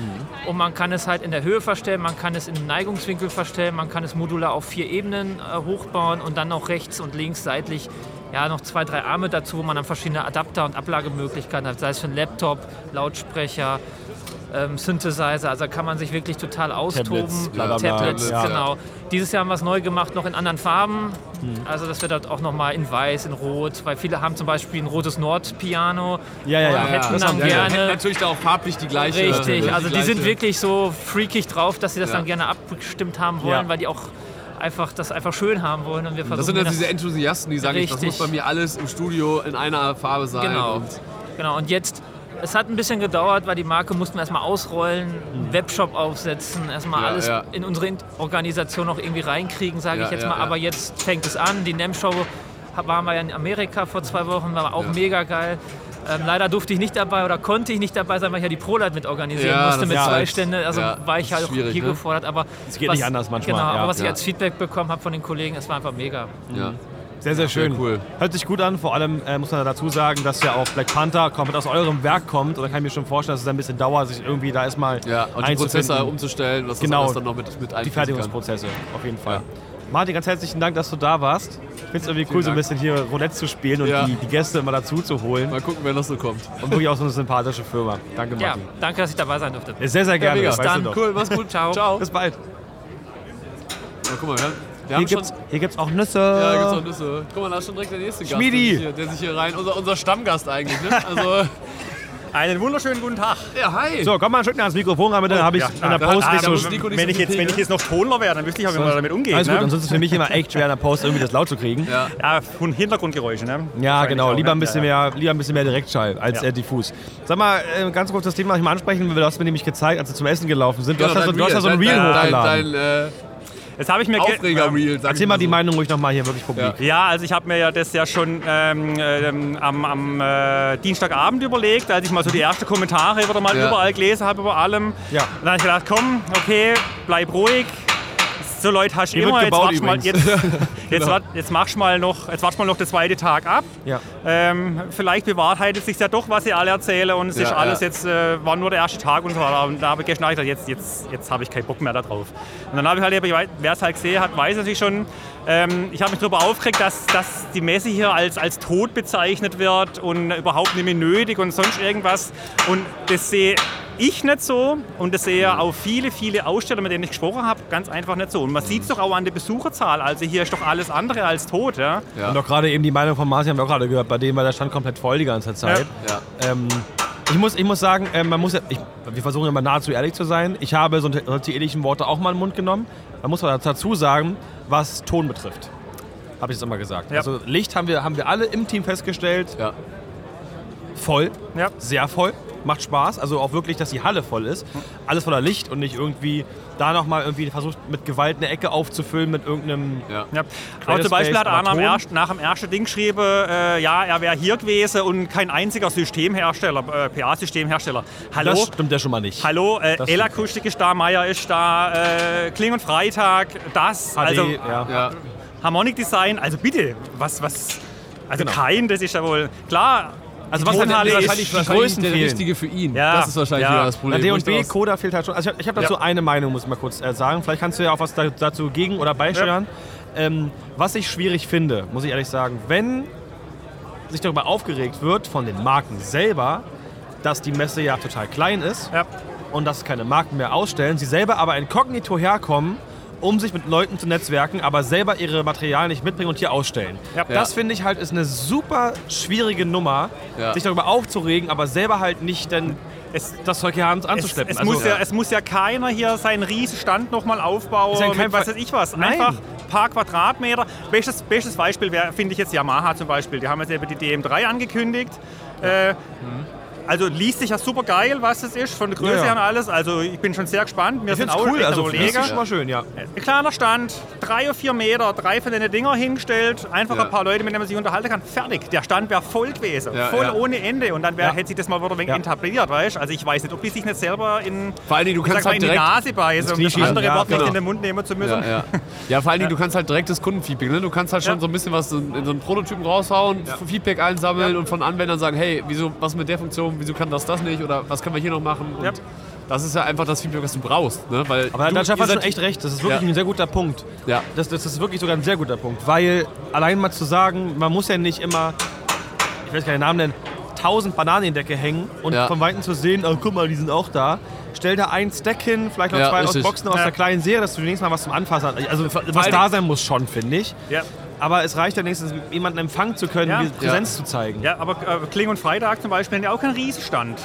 [SPEAKER 7] Und man kann es halt in der Höhe verstellen, man kann es in einem Neigungswinkel verstellen, man kann es modular auf vier Ebenen äh, hochbauen und dann noch rechts und links seitlich ja, noch zwei, drei Arme dazu, wo man dann verschiedene Adapter und Ablagemöglichkeiten hat, sei es für einen Laptop, Lautsprecher, ähm, Synthesizer. Also da kann man sich wirklich total austoben.
[SPEAKER 5] Tablets, bla, bla, bla.
[SPEAKER 7] Tablets,
[SPEAKER 5] Ja.
[SPEAKER 7] genau. Dieses Jahr haben wir es neu gemacht, noch in anderen Farben. Also das wird dort auch nochmal in weiß, in rot, weil viele haben zum Beispiel ein rotes Nordpiano.
[SPEAKER 5] Ja, ja, ja.
[SPEAKER 7] und hätten
[SPEAKER 1] das
[SPEAKER 7] dann
[SPEAKER 1] haben wir. Hätten
[SPEAKER 7] gerne.
[SPEAKER 1] natürlich da auch farblich die gleiche.
[SPEAKER 7] Richtig, also die sind
[SPEAKER 1] gleiche-
[SPEAKER 7] wirklich so freakig drauf, dass sie das
[SPEAKER 1] Ja.
[SPEAKER 7] dann gerne abgestimmt haben wollen,
[SPEAKER 5] Ja.
[SPEAKER 7] weil die auch einfach das einfach schön haben wollen und wir versuchen
[SPEAKER 1] Das sind ja
[SPEAKER 7] das-
[SPEAKER 1] diese Enthusiasten, die sagen, das
[SPEAKER 7] Richtig.
[SPEAKER 1] muss bei mir alles im Studio in einer Farbe sein.
[SPEAKER 7] Genau.
[SPEAKER 1] Und
[SPEAKER 7] Genau, und jetzt, es hat ein bisschen gedauert, weil die Marke mussten wir erstmal ausrollen, einen Webshop aufsetzen, erstmal
[SPEAKER 1] Mhm. Ja,
[SPEAKER 7] alles
[SPEAKER 1] ja.
[SPEAKER 7] in unsere In- Organisation noch irgendwie reinkriegen, sage
[SPEAKER 1] Ja,
[SPEAKER 7] ich jetzt
[SPEAKER 1] ja,
[SPEAKER 7] mal.
[SPEAKER 1] ja.
[SPEAKER 7] Aber jetzt fängt es an. Die NEM-Show waren wir ja in Amerika vor zwei Wochen, war auch mega geil. Ähm, leider durfte ich nicht dabei oder konnte ich nicht dabei sein, weil ich ja die ProLight mit organisieren
[SPEAKER 1] Ja,
[SPEAKER 7] musste
[SPEAKER 1] das
[SPEAKER 7] mit
[SPEAKER 1] ist
[SPEAKER 7] zwei
[SPEAKER 1] halt-
[SPEAKER 7] Stände. Also
[SPEAKER 1] ja,
[SPEAKER 7] war
[SPEAKER 1] das
[SPEAKER 7] ich
[SPEAKER 1] ist
[SPEAKER 7] halt auch
[SPEAKER 1] schwierig,
[SPEAKER 7] hier
[SPEAKER 1] ne?
[SPEAKER 7] gefordert. Aber es
[SPEAKER 5] geht nicht anders manchmal,
[SPEAKER 7] Genau,
[SPEAKER 5] ja.
[SPEAKER 7] aber was
[SPEAKER 5] Ja.
[SPEAKER 7] ich als Feedback bekommen habe von den Kollegen, es war einfach mega.
[SPEAKER 1] ja.
[SPEAKER 5] Sehr, sehr schön.
[SPEAKER 1] Sehr cool.
[SPEAKER 5] Hört sich gut an. Vor allem äh, muss man dazu sagen, dass ja auch Black Panther komplett aus eurem Werk kommt. Und da kann ich mir schon vorstellen, dass es ein bisschen dauert, sich irgendwie da erstmal
[SPEAKER 1] ja, und die
[SPEAKER 5] einzufinden.
[SPEAKER 1] Prozesse umzustellen, was das
[SPEAKER 5] Genau.
[SPEAKER 1] alles dann noch mit, mit
[SPEAKER 5] Die
[SPEAKER 1] einfließen kann.
[SPEAKER 5] Fertigungsprozesse, auf jeden Fall. Martin, ganz herzlichen Dank, dass du da warst. Ich finde es irgendwie cool, so
[SPEAKER 1] Dank.
[SPEAKER 5] ein bisschen hier Roulette zu spielen und
[SPEAKER 1] Ja.
[SPEAKER 5] die, die Gäste immer dazu zu holen.
[SPEAKER 1] Mal gucken, wer noch so kommt.
[SPEAKER 5] Und wirklich auch so eine sympathische Firma. Danke,
[SPEAKER 7] Ja,
[SPEAKER 5] Martin.
[SPEAKER 7] danke, dass ich dabei sein durfte.
[SPEAKER 5] Ja. Sehr, sehr gerne.
[SPEAKER 1] mega.
[SPEAKER 5] das weißt
[SPEAKER 7] Dann
[SPEAKER 5] du doch.
[SPEAKER 1] Cool, mach's gut.
[SPEAKER 7] Ciao.
[SPEAKER 1] Ciao.
[SPEAKER 5] Bis bald.
[SPEAKER 1] Na, guck mal, wir haben, wir
[SPEAKER 5] Hier
[SPEAKER 1] haben schon...
[SPEAKER 5] gibt's, hier gibt's auch
[SPEAKER 1] Ja, gibt's auch
[SPEAKER 5] Nüsse.
[SPEAKER 1] Nüsse. Guck mal, da ist schon direkt der nächste Gast, der
[SPEAKER 5] Schmiedi.
[SPEAKER 1] sich, hier, der sich hier rein... Unser, unser Stammgast eigentlich, ne? Also,
[SPEAKER 6] Einen wunderschönen guten Tag.
[SPEAKER 1] ja, hi.
[SPEAKER 5] so, komm mal ein Stück ans Mikrofon ran, bitte.
[SPEAKER 6] Oh,
[SPEAKER 5] Dann habe ich an der
[SPEAKER 1] da-
[SPEAKER 5] Post
[SPEAKER 1] ah,
[SPEAKER 5] nicht
[SPEAKER 1] da
[SPEAKER 5] so...
[SPEAKER 1] muss Nico nicht
[SPEAKER 6] Wenn
[SPEAKER 1] so
[SPEAKER 6] ich,
[SPEAKER 1] viel
[SPEAKER 6] jetzt, wenn ich
[SPEAKER 1] Pegel.
[SPEAKER 6] jetzt noch Toner wäre, dann wüsste ich auch, wie man damit umgeht.
[SPEAKER 5] Alles gut,
[SPEAKER 6] ne?
[SPEAKER 5] ansonsten ist für mich immer echt schwer, an der Post irgendwie das laut zu kriegen. Ja,
[SPEAKER 6] Ja, von Hintergrundgeräuschen, ne?
[SPEAKER 5] genau.
[SPEAKER 6] Wahrscheinlich auch,
[SPEAKER 5] Lieber ein,
[SPEAKER 6] ne?
[SPEAKER 5] bisschen
[SPEAKER 6] Ja, ja.
[SPEAKER 5] Mehr, lieber ein bisschen mehr Direktschall als
[SPEAKER 6] Ja.
[SPEAKER 5] äh, diffus. Sag mal, äh, ganz kurz das Thema, das ich mal ansprechen will. Du hast mir nämlich gezeigt, als wir zum Essen gelaufen sind. Du
[SPEAKER 6] also-
[SPEAKER 5] hast, ja so, du hast ja so ein Reel
[SPEAKER 1] Genau, dein, dein,
[SPEAKER 5] hochgeladen.
[SPEAKER 1] dein, äh,
[SPEAKER 6] Jetzt habe ich mir ge-
[SPEAKER 1] Aufreger-Reel, sag
[SPEAKER 5] Erzähl
[SPEAKER 1] ich
[SPEAKER 5] mal die
[SPEAKER 1] so.
[SPEAKER 5] Meinung ruhig nochmal hier, wirklich publik.
[SPEAKER 1] Ja.
[SPEAKER 6] Ja, also ich habe mir ja das ja schon ähm, ähm, am, am äh, Dienstagabend überlegt, als ich mal so die ersten Kommentare wieder mal
[SPEAKER 1] Ja.
[SPEAKER 6] überall gelesen habe, über allem.
[SPEAKER 5] Ja.
[SPEAKER 6] Dann habe ich gedacht, komm, okay, bleib ruhig. So Leute hast du
[SPEAKER 5] Hier wird
[SPEAKER 6] immer, jetzt
[SPEAKER 5] gebaut
[SPEAKER 6] machst mal,
[SPEAKER 5] übrigens.
[SPEAKER 6] jetzt, jetzt, wart, jetzt machst mal noch, jetzt wartest mal noch den zweiten Tag ab.
[SPEAKER 5] Ja.
[SPEAKER 6] Ähm, vielleicht bewahrheitet sich ja doch, was sie alle erzählen und es
[SPEAKER 1] Ja,
[SPEAKER 6] ist alles
[SPEAKER 1] ja.
[SPEAKER 6] jetzt, äh, war nur der erste Tag und so weiter. Und da habe ich gestern gedacht, jetzt, jetzt, jetzt habe ich keinen Bock mehr darauf. Und dann habe ich halt, eben, wer es halt gesehen hat, weiß natürlich schon, ähm, ich habe mich darüber aufgeregt, dass, dass die Messe hier als, als tot bezeichnet wird und überhaupt nicht mehr nötig und sonst irgendwas. Und das sehe ich nicht so und das sehe auch viele, viele Aussteller, mit denen ich gesprochen habe, ganz einfach nicht so. Und man sieht es doch auch an der Besucherzahl. Also hier ist doch alles andere als tot. Ja?
[SPEAKER 1] Ja.
[SPEAKER 5] Und auch gerade eben die Meinung von Martin haben wir auch gerade gehört, bei dem war der Stand komplett voll die ganze Zeit.
[SPEAKER 1] Ja.
[SPEAKER 5] Ähm, ich, muss, ich muss sagen, äh, man muss ja, ich, wir versuchen immer nahezu ehrlich zu sein. Ich habe so- solche ehrlichen Worte auch mal in den Mund genommen. Man muss aber dazu sagen, was Ton betrifft. Habe ich jetzt immer gesagt.
[SPEAKER 6] Ja.
[SPEAKER 5] Also Licht haben wir, haben wir alle im Team festgestellt.
[SPEAKER 1] Ja.
[SPEAKER 5] Voll,
[SPEAKER 6] Ja.
[SPEAKER 5] sehr voll. Macht Spaß, also auch wirklich, dass die Halle voll ist. Alles voller Licht und nicht irgendwie da nochmal irgendwie versucht, mit Gewalt eine Ecke aufzufüllen mit irgendeinem.
[SPEAKER 1] Ja.
[SPEAKER 6] Ja. Auch zum Beispiel hat
[SPEAKER 5] aber
[SPEAKER 6] einer am
[SPEAKER 5] Ton.
[SPEAKER 6] ersten, nach dem ersten Ding geschrieben, äh, ja, er wäre hier gewesen und kein einziger Systemhersteller, äh, PA-Systemhersteller. Hallo?
[SPEAKER 5] Das stimmt ja schon mal nicht.
[SPEAKER 6] Hallo, äh,
[SPEAKER 5] Das
[SPEAKER 6] L-Akustik ist da, Meier ist da, äh, Kling und Freitag, das,
[SPEAKER 5] HD,
[SPEAKER 6] also
[SPEAKER 5] ja.
[SPEAKER 1] Ja.
[SPEAKER 6] Harmonic Design, also bitte, was, was, also
[SPEAKER 5] Genau.
[SPEAKER 6] kein, das ist ja wohl, klar,
[SPEAKER 5] Also
[SPEAKER 6] die
[SPEAKER 5] was hat denn
[SPEAKER 6] Tonhalle
[SPEAKER 5] wahrscheinlich-
[SPEAKER 6] ist,
[SPEAKER 1] Wahrscheinlich
[SPEAKER 5] Größen
[SPEAKER 1] der
[SPEAKER 5] fehlen.
[SPEAKER 1] richtige für ihn.
[SPEAKER 6] Ja.
[SPEAKER 1] Das ist wahrscheinlich
[SPEAKER 6] Ja.
[SPEAKER 1] wieder das
[SPEAKER 5] Na,
[SPEAKER 1] Problem.
[SPEAKER 5] D und
[SPEAKER 1] Möchte
[SPEAKER 5] B,
[SPEAKER 1] was-
[SPEAKER 5] Coda fehlt halt schon. Also ich habe ich hab dazu eine Meinung, muss ich mal kurz äh, sagen. Vielleicht kannst du ja auch was da, dazu gegen oder beisteuern. Ähm, was ich schwierig finde, muss ich ehrlich sagen, wenn sich darüber aufgeregt wird von den Marken selber, dass die Messe ja total klein ist
[SPEAKER 6] Ja.
[SPEAKER 5] und dass keine Marken mehr ausstellen, sie selber aber inkognito herkommen, um sich mit Leuten zu netzwerken, aber selber ihre Materialien nicht mitbringen und hier ausstellen.
[SPEAKER 6] Ja.
[SPEAKER 5] Das finde ich halt ist eine super schwierige Nummer,
[SPEAKER 1] Ja.
[SPEAKER 5] sich darüber aufzuregen, aber selber halt nicht dann
[SPEAKER 6] es,
[SPEAKER 5] das Zeug hier an-
[SPEAKER 6] es,
[SPEAKER 5] anzuschleppen.
[SPEAKER 6] es,
[SPEAKER 5] Also-
[SPEAKER 6] muss ja, es muss ja keiner hier seinen riesen Stand nochmal aufbauen,
[SPEAKER 5] Ist ja kein
[SPEAKER 6] mit was
[SPEAKER 5] Ver-
[SPEAKER 6] weiß ich was.
[SPEAKER 5] Nein.
[SPEAKER 6] Einfach ein paar Quadratmeter. Bestes, bestes Beispiel wäre, finde ich jetzt Yamaha zum Beispiel. Die haben jetzt eben die DM3 angekündigt. Äh, also liest sich ja super geil, was das ist, von der Größe
[SPEAKER 5] Mhm. Ja, ja.
[SPEAKER 6] her und alles. Also ich bin schon sehr gespannt. Wir
[SPEAKER 5] Ich
[SPEAKER 6] sind
[SPEAKER 5] find's
[SPEAKER 6] auch
[SPEAKER 5] cool,
[SPEAKER 6] echt am
[SPEAKER 5] also
[SPEAKER 6] Überlegen.
[SPEAKER 5] das ist schon mal schön, ja.
[SPEAKER 6] Ein kleiner Stand, drei oder vier Meter, drei von den Dinger hingestellt, einfach
[SPEAKER 1] Ja.
[SPEAKER 6] ein paar Leute, mit denen man sich unterhalten kann. Fertig. Der Stand wäre voll gewesen.
[SPEAKER 1] Ja,
[SPEAKER 6] voll
[SPEAKER 1] ja.
[SPEAKER 6] ohne Ende. Und dann wär, hätte sich das mal wieder ein wenig
[SPEAKER 5] Ja.
[SPEAKER 6] etabliert, weißt du? Also ich weiß nicht, ob die sich nicht selber in,
[SPEAKER 1] Vor allen Dingen, du
[SPEAKER 6] ich sag
[SPEAKER 1] kannst
[SPEAKER 6] mal,
[SPEAKER 1] halt
[SPEAKER 6] in die
[SPEAKER 1] direkt...
[SPEAKER 6] Nase beißen, um
[SPEAKER 5] Knie
[SPEAKER 6] das
[SPEAKER 5] schießen.
[SPEAKER 6] andere
[SPEAKER 5] Ja,
[SPEAKER 6] Wort
[SPEAKER 1] genau.
[SPEAKER 6] nicht in den Mund nehmen zu müssen.
[SPEAKER 1] Ja, ja. ja, vor allen Dingen, du kannst halt direktes Kundenfeedback. Ne? Du kannst halt schon
[SPEAKER 6] Ja.
[SPEAKER 1] so ein bisschen was in, in so einen Prototypen raushauen, Feedback einsammeln und von Anwendern sagen, hey, wieso, was mit der Funktion, wieso kann das das nicht oder was können wir hier noch machen? Und
[SPEAKER 6] Ja.
[SPEAKER 1] Das ist ja einfach das Feedback, was du brauchst. Ne? Weil
[SPEAKER 5] Aber
[SPEAKER 1] du,
[SPEAKER 5] dann Schaff
[SPEAKER 1] ihr
[SPEAKER 5] hat schon
[SPEAKER 1] seid-
[SPEAKER 5] echt recht. Das ist wirklich
[SPEAKER 1] Ja.
[SPEAKER 5] ein sehr guter Punkt.
[SPEAKER 1] Ja.
[SPEAKER 5] Das, das ist wirklich sogar ein sehr guter Punkt. Weil allein mal zu sagen, man muss ja nicht immer, ich weiß keinen Namen nennen, tausend Bananen in die Decke hängen und
[SPEAKER 1] Ja.
[SPEAKER 5] von Weitem zu sehen, oh, guck mal, die sind auch da. stell da einen Stack hin, vielleicht noch
[SPEAKER 1] Ja,
[SPEAKER 5] zwei aus
[SPEAKER 1] richtig.
[SPEAKER 5] Boxen aus der kleinen Serie, dass du wenigstens mal was zum Anfassen hast. Also was
[SPEAKER 6] allem-
[SPEAKER 5] da sein muss schon, finde ich.
[SPEAKER 6] Ja.
[SPEAKER 5] Aber es reicht ja wenigstens, jemanden empfangen zu können,
[SPEAKER 6] Ja.
[SPEAKER 5] die Präsenz zu zeigen.
[SPEAKER 6] Ja, aber äh, Kling und Freitag zum Beispiel haben ja auch keinen Riesenstand.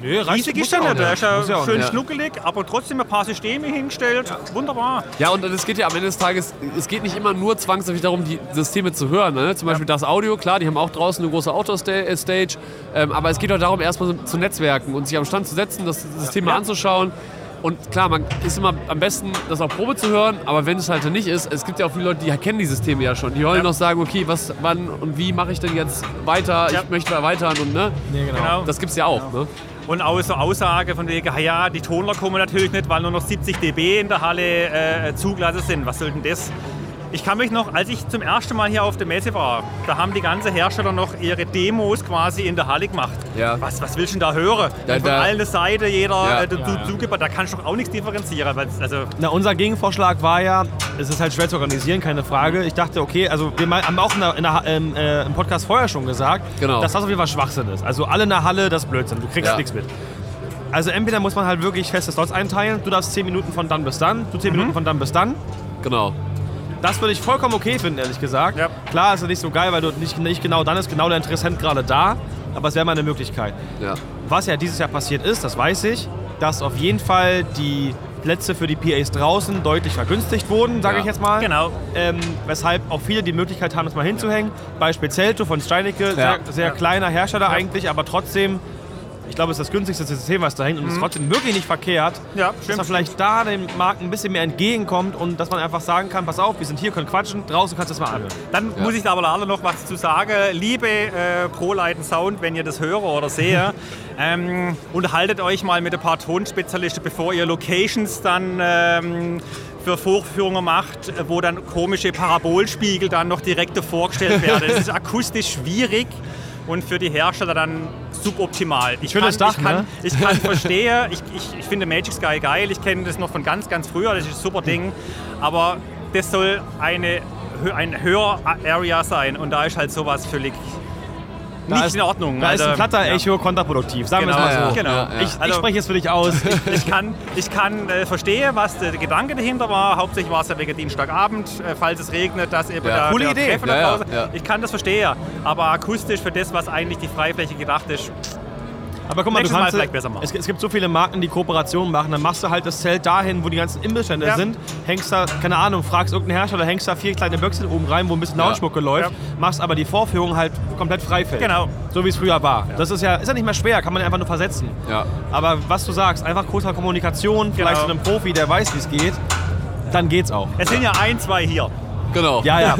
[SPEAKER 5] Nö, reicht-
[SPEAKER 6] Riesig
[SPEAKER 5] muss
[SPEAKER 6] ist der
[SPEAKER 5] ja auch
[SPEAKER 6] nicht. Der
[SPEAKER 5] nicht.
[SPEAKER 6] ist ja
[SPEAKER 5] Muss ja auch
[SPEAKER 6] schön
[SPEAKER 5] nicht.
[SPEAKER 6] schnuckelig, aber trotzdem ein paar Systeme hingestellt. Wunderbar.
[SPEAKER 1] Ja, und es geht ja am Ende des Tages, es geht nicht immer nur zwangsläufig darum, die Systeme zu hören. Ne? Zum Beispiel das Audio, klar, die haben auch draußen eine große Outdoor-Stage, ähm, aber es geht auch darum, erstmal so zu netzwerken und sich am Stand zu setzen, das System mal anzuschauen. Und klar, man ist immer am besten, das auf Probe zu hören, aber wenn es halt nicht ist, es gibt ja auch viele Leute, die kennen die Systeme ja schon. Die wollen noch sagen, okay, was, wann und wie mache ich denn jetzt weiter?
[SPEAKER 6] Ja.
[SPEAKER 1] Ich möchte erweitern und ne?
[SPEAKER 6] Genau.
[SPEAKER 1] Das gibt's ja auch. Ne?
[SPEAKER 6] Und auch so Aussage von wegen, "Ah ja, die Tonler kommen natürlich nicht, weil nur noch 70 dB in der Halle äh, zugelassen sind. Was soll denn das? Ich kann mich noch, als ich zum ersten Mal hier auf der Messe war, da haben die ganzen Hersteller noch ihre Demos quasi in der Halle gemacht.
[SPEAKER 1] Ja.
[SPEAKER 6] Was, was willst du denn da hören?
[SPEAKER 1] Ja,
[SPEAKER 6] Wenn von
[SPEAKER 1] da-
[SPEAKER 6] allen Seiten jeder
[SPEAKER 1] Ja.
[SPEAKER 6] äh, dazu zugebracht, da kannst du doch auch nichts differenzieren. Weil, also,
[SPEAKER 5] Na, unser Gegenvorschlag war ja, es ist halt schwer zu organisieren, keine Frage. Ich dachte, okay, also wir mal- haben auch in der, in der, ähm, äh, im Podcast vorher schon gesagt,
[SPEAKER 1] Genau.
[SPEAKER 5] dass das auf jeden Fall Schwachsinn ist. Also alle in der Halle, das ist Blödsinn, du kriegst
[SPEAKER 1] Ja.
[SPEAKER 5] nichts mit. Also entweder muss man halt wirklich feste Slots einteilen, du darfst 10 Minuten von dann bis dann,
[SPEAKER 1] Mhm.
[SPEAKER 5] du 10 Minuten von dann bis dann.
[SPEAKER 1] Genau.
[SPEAKER 5] Das würde ich vollkommen okay finden, ehrlich gesagt.
[SPEAKER 6] Ja.
[SPEAKER 5] Klar ist es nicht so geil, weil du nicht, nicht genau dann ist genau der Interessent gerade da, aber es wäre mal eine Möglichkeit.
[SPEAKER 1] Ja.
[SPEAKER 5] Was ja dieses Jahr passiert ist, das weiß ich, dass auf jeden Fall die Plätze für die PAs draußen deutlich vergünstigt wurden, sage
[SPEAKER 1] Ja.
[SPEAKER 5] ich jetzt mal.
[SPEAKER 6] genau.
[SPEAKER 5] Ähm, weshalb auch viele die Möglichkeit haben, das mal hinzuhängen. Beispiel Zelto von Steinecke, sehr, sehr kleiner Hersteller eigentlich, aber trotzdem, ich glaube, es ist das günstigste System, was da hängt und es ist trotzdem wirklich nicht verkehrt,
[SPEAKER 6] Mhm. Ja,
[SPEAKER 5] dass
[SPEAKER 6] stimmt.
[SPEAKER 5] man vielleicht da dem Markt ein bisschen mehr entgegenkommt und dass man einfach sagen kann, pass auf, wir sind hier, können quatschen, draußen kannst du es mal anhören.
[SPEAKER 6] Dann muss ich da aber leider noch was zu sagen. Liebe äh, ProLeiten Sound, wenn ihr das höre oder sehe, ähm, unterhaltet euch mal mit ein paar Tonspezialisten, bevor ihr Locations dann ähm, für Vorführungen macht, wo dann komische Parabolspiegel dann noch direkt vorgestellt werden. Das ist akustisch schwierig. Und für die Hersteller dann suboptimal. Ich
[SPEAKER 5] Schönes
[SPEAKER 6] kann,
[SPEAKER 5] Dach,
[SPEAKER 6] ich kann,
[SPEAKER 5] ne?
[SPEAKER 6] ich kann verstehe, ich, ich, ich finde Magic Sky geil, ich kenne das noch von ganz, ganz früher, das ist ein super Ding, aber das soll eine, hö- ein Hör-Area sein und da ist halt sowas völlig nicht
[SPEAKER 5] ist-
[SPEAKER 6] in Ordnung.
[SPEAKER 5] Da ist ein
[SPEAKER 6] Also, ja.
[SPEAKER 5] Platter-Echo kontraproduktiv, sagen wir
[SPEAKER 6] Genau,
[SPEAKER 5] es mal so.
[SPEAKER 6] genau.
[SPEAKER 1] Ja, ja.
[SPEAKER 5] Ich, ich
[SPEAKER 6] Also-
[SPEAKER 5] spreche jetzt für dich aus.
[SPEAKER 6] Ich kann, ich kann äh, verstehen, was der Gedanke dahinter war. Hauptsächlich war es ja wegen Dienstagabend, äh, falls es regnet, dass eben
[SPEAKER 1] Ja.
[SPEAKER 6] da
[SPEAKER 1] Coole
[SPEAKER 6] der
[SPEAKER 1] Idee.
[SPEAKER 6] Treffen
[SPEAKER 1] Ja, ja,
[SPEAKER 6] draußen-
[SPEAKER 1] ja.
[SPEAKER 6] Ich kann das verstehen, aber akustisch für das, was eigentlich die Freifläche gedacht ist,
[SPEAKER 5] Aber guck mal, du
[SPEAKER 6] Nächstes Mal
[SPEAKER 5] kannst, halt
[SPEAKER 6] vielleicht besser machen.
[SPEAKER 5] Es, es gibt so viele Marken, die Kooperationen machen. Dann machst du halt das Zelt dahin, wo die ganzen Imbissstände
[SPEAKER 6] Ja.
[SPEAKER 5] sind. Hängst da, keine Ahnung, fragst irgendeinen Hersteller, hängst da vier kleine Büchsen oben rein, wo ein bisschen Lautschmucke läuft.
[SPEAKER 6] Ja.
[SPEAKER 5] Machst aber die Vorführung halt komplett freifällig.
[SPEAKER 6] Genau.
[SPEAKER 5] So wie es früher war. Das ist ja, ist ja nicht mehr schwer, kann man einfach nur versetzen.
[SPEAKER 1] Ja.
[SPEAKER 5] Aber was du sagst, einfach kurzer Kommunikation, vielleicht
[SPEAKER 6] Genau.
[SPEAKER 5] mit einem Profi, der weiß, wie es geht, dann geht's auch.
[SPEAKER 6] es sind ja ein, zwei hier.
[SPEAKER 1] Genau.
[SPEAKER 5] Ja, ja.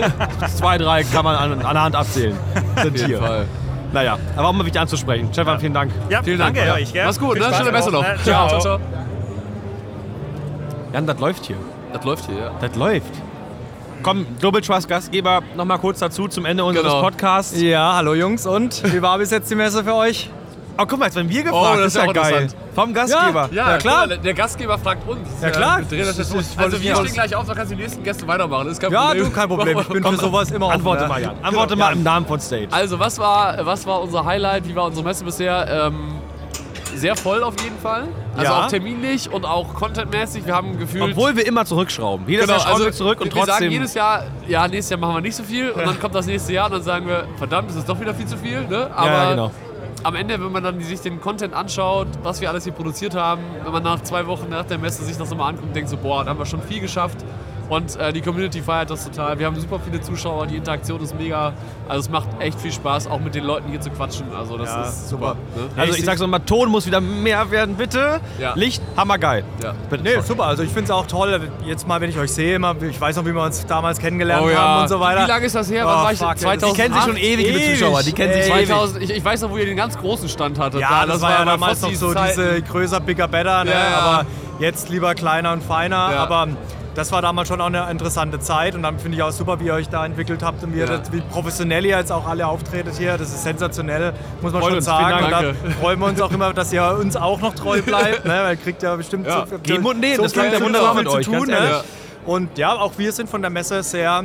[SPEAKER 5] Zwei, drei kann man an, an der Hand abzählen. Sind
[SPEAKER 1] Auf jeden
[SPEAKER 5] hier.
[SPEAKER 1] Fall.
[SPEAKER 5] Naja, aber auch mal wichtig anzusprechen. Stefan, vielen Dank.
[SPEAKER 6] Ja,
[SPEAKER 1] Vielen Dank.
[SPEAKER 6] danke
[SPEAKER 1] ja.
[SPEAKER 6] euch. Gell?
[SPEAKER 1] Mach's gut,
[SPEAKER 6] Viel
[SPEAKER 1] ne?
[SPEAKER 6] Spaß
[SPEAKER 1] Schöne Besserung.
[SPEAKER 6] noch, ne? Ciao.
[SPEAKER 1] ciao, ciao.
[SPEAKER 5] Jan, das läuft hier.
[SPEAKER 1] Das läuft hier, ja.
[SPEAKER 5] Das läuft. Komm, Global Trust Gastgeber, noch mal kurz dazu zum Ende unseres
[SPEAKER 1] Genau.
[SPEAKER 5] Podcasts.
[SPEAKER 8] Ja, hallo Jungs und wie war bis jetzt die Messe für euch?
[SPEAKER 5] Oh, guck mal, jetzt werden wir gefragt.
[SPEAKER 1] das ist
[SPEAKER 5] das, ist ja
[SPEAKER 1] auch
[SPEAKER 5] geil.
[SPEAKER 1] interessant.
[SPEAKER 5] Vom Gastgeber.
[SPEAKER 1] Ja,
[SPEAKER 8] klar.
[SPEAKER 1] guck mal, der Gastgeber fragt uns. Ja,
[SPEAKER 8] klar.
[SPEAKER 1] wir drehen das jetzt um.
[SPEAKER 8] Ich- ich wollte
[SPEAKER 1] Also wir
[SPEAKER 8] nicht
[SPEAKER 1] stehen
[SPEAKER 8] aus-
[SPEAKER 1] gleich auf, dann kannst du die nächsten Gäste weitermachen. Das ist kein
[SPEAKER 8] Ja,
[SPEAKER 1] Problem.
[SPEAKER 8] du, kein Problem. Ich bin für sowas immer offen.
[SPEAKER 5] Antworte
[SPEAKER 8] ja.
[SPEAKER 5] mal, Jan. ne? Antworte
[SPEAKER 6] Genau,
[SPEAKER 5] mal im Namen von Stage.
[SPEAKER 1] Also was war, was war unser Highlight? Wie war unsere Messe bisher? Ähm, sehr voll auf jeden Fall. Also
[SPEAKER 5] Ja.
[SPEAKER 1] auch terminlich und auch contentmäßig. Wir haben gefühlt...
[SPEAKER 5] Obwohl wir immer zurückschrauben. Jedes
[SPEAKER 1] Genau,
[SPEAKER 5] Jahr schauen
[SPEAKER 6] also,
[SPEAKER 5] wir zurück
[SPEAKER 1] wir
[SPEAKER 5] und
[SPEAKER 1] sagen
[SPEAKER 5] trotzdem.
[SPEAKER 1] jedes Jahr, ja, nächstes Jahr machen wir nicht so viel. Und dann kommt das nächste Jahr und dann sagen wir, verdammt, es ist doch wieder viel zu viel. Ne? Aber
[SPEAKER 5] ja, genau.
[SPEAKER 1] am Ende, wenn man dann sich den Content anschaut, was wir alles hier produziert haben, wenn man nach zwei Wochen nach der Messe sich das nochmal anguckt und denkt so, boah, da haben wir schon viel geschafft. Und äh, die Community feiert das total. Wir haben super viele Zuschauer, die Interaktion ist mega. Also es macht echt viel Spaß, auch mit den Leuten hier zu quatschen. Also das ist super. Ne?
[SPEAKER 5] Also ich sag's nochmal, Ton muss wieder mehr werden, bitte.
[SPEAKER 1] Ja.
[SPEAKER 5] Licht, hammergeil.
[SPEAKER 1] Ja.
[SPEAKER 8] Nee, super. Also ich finde es auch toll. Jetzt mal, wenn ich euch sehe, immer, ich weiß noch, wie wir uns damals kennengelernt
[SPEAKER 1] Oh ja.
[SPEAKER 8] haben und so weiter.
[SPEAKER 1] Wie lange ist das her? Wann
[SPEAKER 8] Oh,
[SPEAKER 1] war ich?
[SPEAKER 8] fuck, ey, das-
[SPEAKER 1] 2008?
[SPEAKER 8] Die kennen sich schon ewig, liebe Ewig. Zuschauer. Die kennen sich Ewig. ewig.
[SPEAKER 1] 2000, ich, ich weiß noch, wo ihr den ganz großen Stand hattet.
[SPEAKER 8] Ja, das, war ja
[SPEAKER 1] bei
[SPEAKER 8] damals noch
[SPEAKER 1] Fossis
[SPEAKER 8] so
[SPEAKER 1] Zeiten.
[SPEAKER 8] diese größer, bigger, better, ne?
[SPEAKER 1] Ja, ja.
[SPEAKER 8] aber jetzt lieber kleiner und feiner.
[SPEAKER 1] Ja.
[SPEAKER 8] Aber das war damals schon auch eine interessante Zeit und dann finde ich auch super, wie ihr euch da entwickelt habt und wie, ihr
[SPEAKER 1] Ja.
[SPEAKER 8] das, wie professionell ihr jetzt auch alle auftretet hier. Das ist sensationell, muss man
[SPEAKER 5] Freut
[SPEAKER 8] schon
[SPEAKER 5] uns, vielen
[SPEAKER 8] sagen. Und
[SPEAKER 1] Dank.
[SPEAKER 8] da freuen wir uns auch immer, dass ihr uns auch noch treu bleibt, ne? weil ihr kriegt ja bestimmt
[SPEAKER 5] Ja.
[SPEAKER 8] so,
[SPEAKER 5] Geben und nehmen,
[SPEAKER 8] so
[SPEAKER 5] das
[SPEAKER 8] viel,
[SPEAKER 5] läuft ja
[SPEAKER 8] so
[SPEAKER 5] wunderbar
[SPEAKER 8] viel
[SPEAKER 5] mit
[SPEAKER 8] zu
[SPEAKER 5] euch, ganz
[SPEAKER 8] tun.
[SPEAKER 5] ehrlich.
[SPEAKER 8] Ne? Und ja, auch wir sind von der Messe sehr.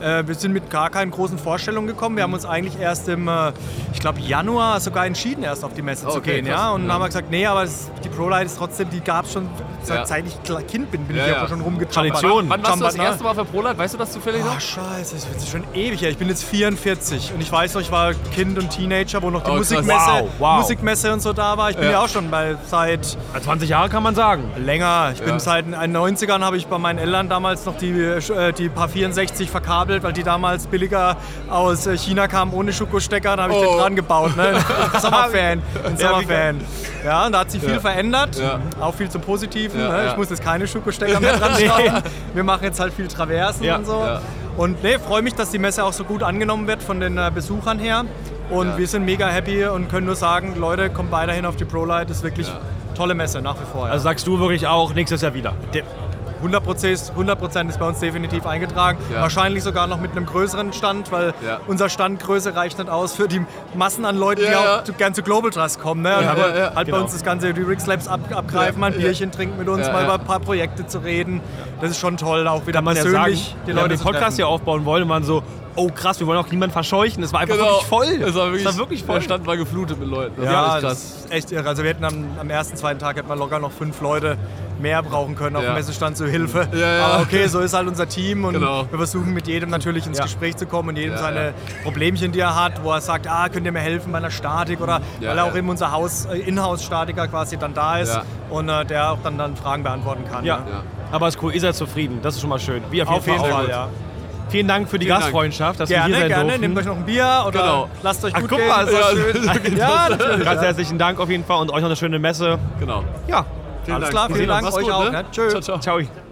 [SPEAKER 8] äh, Wir sind mit gar keinen großen Vorstellungen gekommen. Wir haben uns eigentlich erst im, äh, ich glaube, Januar sogar entschieden, erst auf die Messe zu
[SPEAKER 1] Oh, okay,
[SPEAKER 8] gehen.
[SPEAKER 1] krass.
[SPEAKER 8] Ja? Und
[SPEAKER 1] Ja.
[SPEAKER 8] dann haben wir gesagt, nee, aber das, die ProLight ist trotzdem, die gab es schon, seit,
[SPEAKER 1] Ja.
[SPEAKER 8] seit ich kle- Kind bin, bin
[SPEAKER 1] Ja,
[SPEAKER 8] ich ja
[SPEAKER 1] ja.
[SPEAKER 8] schon rumgetrampelt.
[SPEAKER 5] Tradition.
[SPEAKER 1] Wann warst du das
[SPEAKER 8] Jumper, ne?
[SPEAKER 1] erste Mal für ProLight? Weißt du das zufällig noch?
[SPEAKER 8] Oh, scheiße, das ist schon ewig her. Ich bin jetzt 44 und ich weiß noch, ich war Kind und Teenager, wo noch die
[SPEAKER 1] Oh, krass.
[SPEAKER 8] Musikmesse,
[SPEAKER 5] Wow, wow.
[SPEAKER 8] Musikmesse und so da war. Ich bin
[SPEAKER 1] Ja.
[SPEAKER 8] ja, auch schon bei, seit
[SPEAKER 5] 20 Äh, Jahre kann man sagen.
[SPEAKER 8] länger. Ich
[SPEAKER 1] Ja.
[SPEAKER 8] bin seit den 90ern, habe ich bei meinen Eltern damals noch die, äh, die Paar 64 verkabelt, weil die damals billiger aus äh, China kamen ohne Schokostecker. Da habe ich
[SPEAKER 1] Oh.
[SPEAKER 8] den dran gebaut. Ne? Ein Sommerfan. Ein Sommerfan. Ja, und da hat sich viel verändert.
[SPEAKER 1] Ja.
[SPEAKER 8] Auch viel zum Positiven.
[SPEAKER 1] Ja,
[SPEAKER 8] ne?
[SPEAKER 1] ja.
[SPEAKER 8] Ich muss jetzt keine Schokostecker mehr dran schrauben. Wir machen jetzt halt viel Traversen
[SPEAKER 5] Ja,
[SPEAKER 8] und so.
[SPEAKER 1] ja.
[SPEAKER 8] Und nee, freue mich, dass die Messe auch so gut angenommen wird von den äh, Besuchern her. Und wir sind mega happy und können nur sagen, Leute, kommt weiterhin auf die ProLight. Ist wirklich tolle Messe nach wie vor. Ja.
[SPEAKER 5] Also sagst du wirklich auch nächstes Jahr wieder.
[SPEAKER 8] 100% ist, 100 ist bei uns definitiv eingetragen.
[SPEAKER 1] Ja.
[SPEAKER 8] Wahrscheinlich sogar noch mit einem größeren Stand, weil
[SPEAKER 1] Ja.
[SPEAKER 8] unser Standgröße reicht nicht aus für die Massen an Leuten, die
[SPEAKER 1] Ja, ja.
[SPEAKER 8] auch zu- gern zu Global Trust kommen. Ne? Und
[SPEAKER 1] Ja,
[SPEAKER 8] aber
[SPEAKER 1] ja, ja.
[SPEAKER 8] halt
[SPEAKER 5] Genau.
[SPEAKER 8] bei uns das ganze die Rix Labs ab, abgreifen,
[SPEAKER 1] Ja,
[SPEAKER 8] mal ein
[SPEAKER 1] ja.
[SPEAKER 8] Bierchen trinken mit uns,
[SPEAKER 1] Ja,
[SPEAKER 8] mal
[SPEAKER 1] ja.
[SPEAKER 8] über ein paar Projekte zu reden. Das ist schon toll, auch wieder
[SPEAKER 5] Kann man ja sagen,
[SPEAKER 8] persönlich die
[SPEAKER 5] die
[SPEAKER 8] Leute
[SPEAKER 5] Leute den
[SPEAKER 8] zu
[SPEAKER 5] Podcast hier
[SPEAKER 8] treffen.
[SPEAKER 5] aufbauen wollen und waren so, oh krass, wir wollen auch niemanden verscheuchen. Es war einfach wirklich voll.
[SPEAKER 1] Genau. Es war wirklich,
[SPEAKER 5] Es war wirklich voll.
[SPEAKER 1] Der Stand war geflutet mit Leuten. Das
[SPEAKER 8] Ja,
[SPEAKER 1] war echt
[SPEAKER 8] das
[SPEAKER 1] krass.
[SPEAKER 8] ist echt irre. Also wir hätten am, am ersten, zweiten Tag hätten wir locker noch fünf Leute mehr brauchen können auf
[SPEAKER 1] Ja.
[SPEAKER 8] dem Messestand zur Hilfe.
[SPEAKER 1] Ja, ja.
[SPEAKER 8] Aber okay, so ist halt unser Team und
[SPEAKER 1] Genau.
[SPEAKER 8] wir versuchen mit jedem natürlich ins Gespräch zu kommen und jedem
[SPEAKER 1] Ja,
[SPEAKER 8] seine
[SPEAKER 1] ja.
[SPEAKER 8] Problemchen, die er hat, wo er sagt, ah, könnt ihr mir helfen bei einer Statik oder
[SPEAKER 1] Ja,
[SPEAKER 8] weil er auch
[SPEAKER 1] ja.
[SPEAKER 8] eben unser Haus, äh, Inhouse-Statiker quasi dann da ist
[SPEAKER 1] Ja.
[SPEAKER 8] und äh, der auch dann, dann Fragen beantworten kann.
[SPEAKER 5] Ja.
[SPEAKER 8] ne?
[SPEAKER 1] Ja.
[SPEAKER 5] Aber es ist cool, ihr seid zufrieden. Das ist schon mal schön. Wir
[SPEAKER 8] Auf jeden Fall, ja.
[SPEAKER 5] Vielen Dank für die
[SPEAKER 1] Vielen Dank.
[SPEAKER 5] Gastfreundschaft, dass wir hier
[SPEAKER 8] Gerne,
[SPEAKER 5] sein
[SPEAKER 8] gerne.
[SPEAKER 5] durften.
[SPEAKER 8] Nehmt euch noch ein Bier oder
[SPEAKER 1] Genau.
[SPEAKER 8] lasst euch
[SPEAKER 5] Ach,
[SPEAKER 8] gut
[SPEAKER 5] guck
[SPEAKER 8] gehen.
[SPEAKER 5] mal,
[SPEAKER 8] Ist
[SPEAKER 1] ja, so
[SPEAKER 8] schön.
[SPEAKER 1] geht's
[SPEAKER 8] ja, natürlich.
[SPEAKER 5] Ganz herzlichen Dank auf jeden Fall und euch noch eine schöne Messe.
[SPEAKER 1] Genau.
[SPEAKER 5] Ja,
[SPEAKER 1] Vielen
[SPEAKER 8] Alles klar, vielen Dank.
[SPEAKER 1] Mach's
[SPEAKER 8] Euch
[SPEAKER 1] gut,
[SPEAKER 8] auch.
[SPEAKER 1] ne?
[SPEAKER 8] Ne? Tschö.
[SPEAKER 1] Ciao, ciao.
[SPEAKER 5] ciao.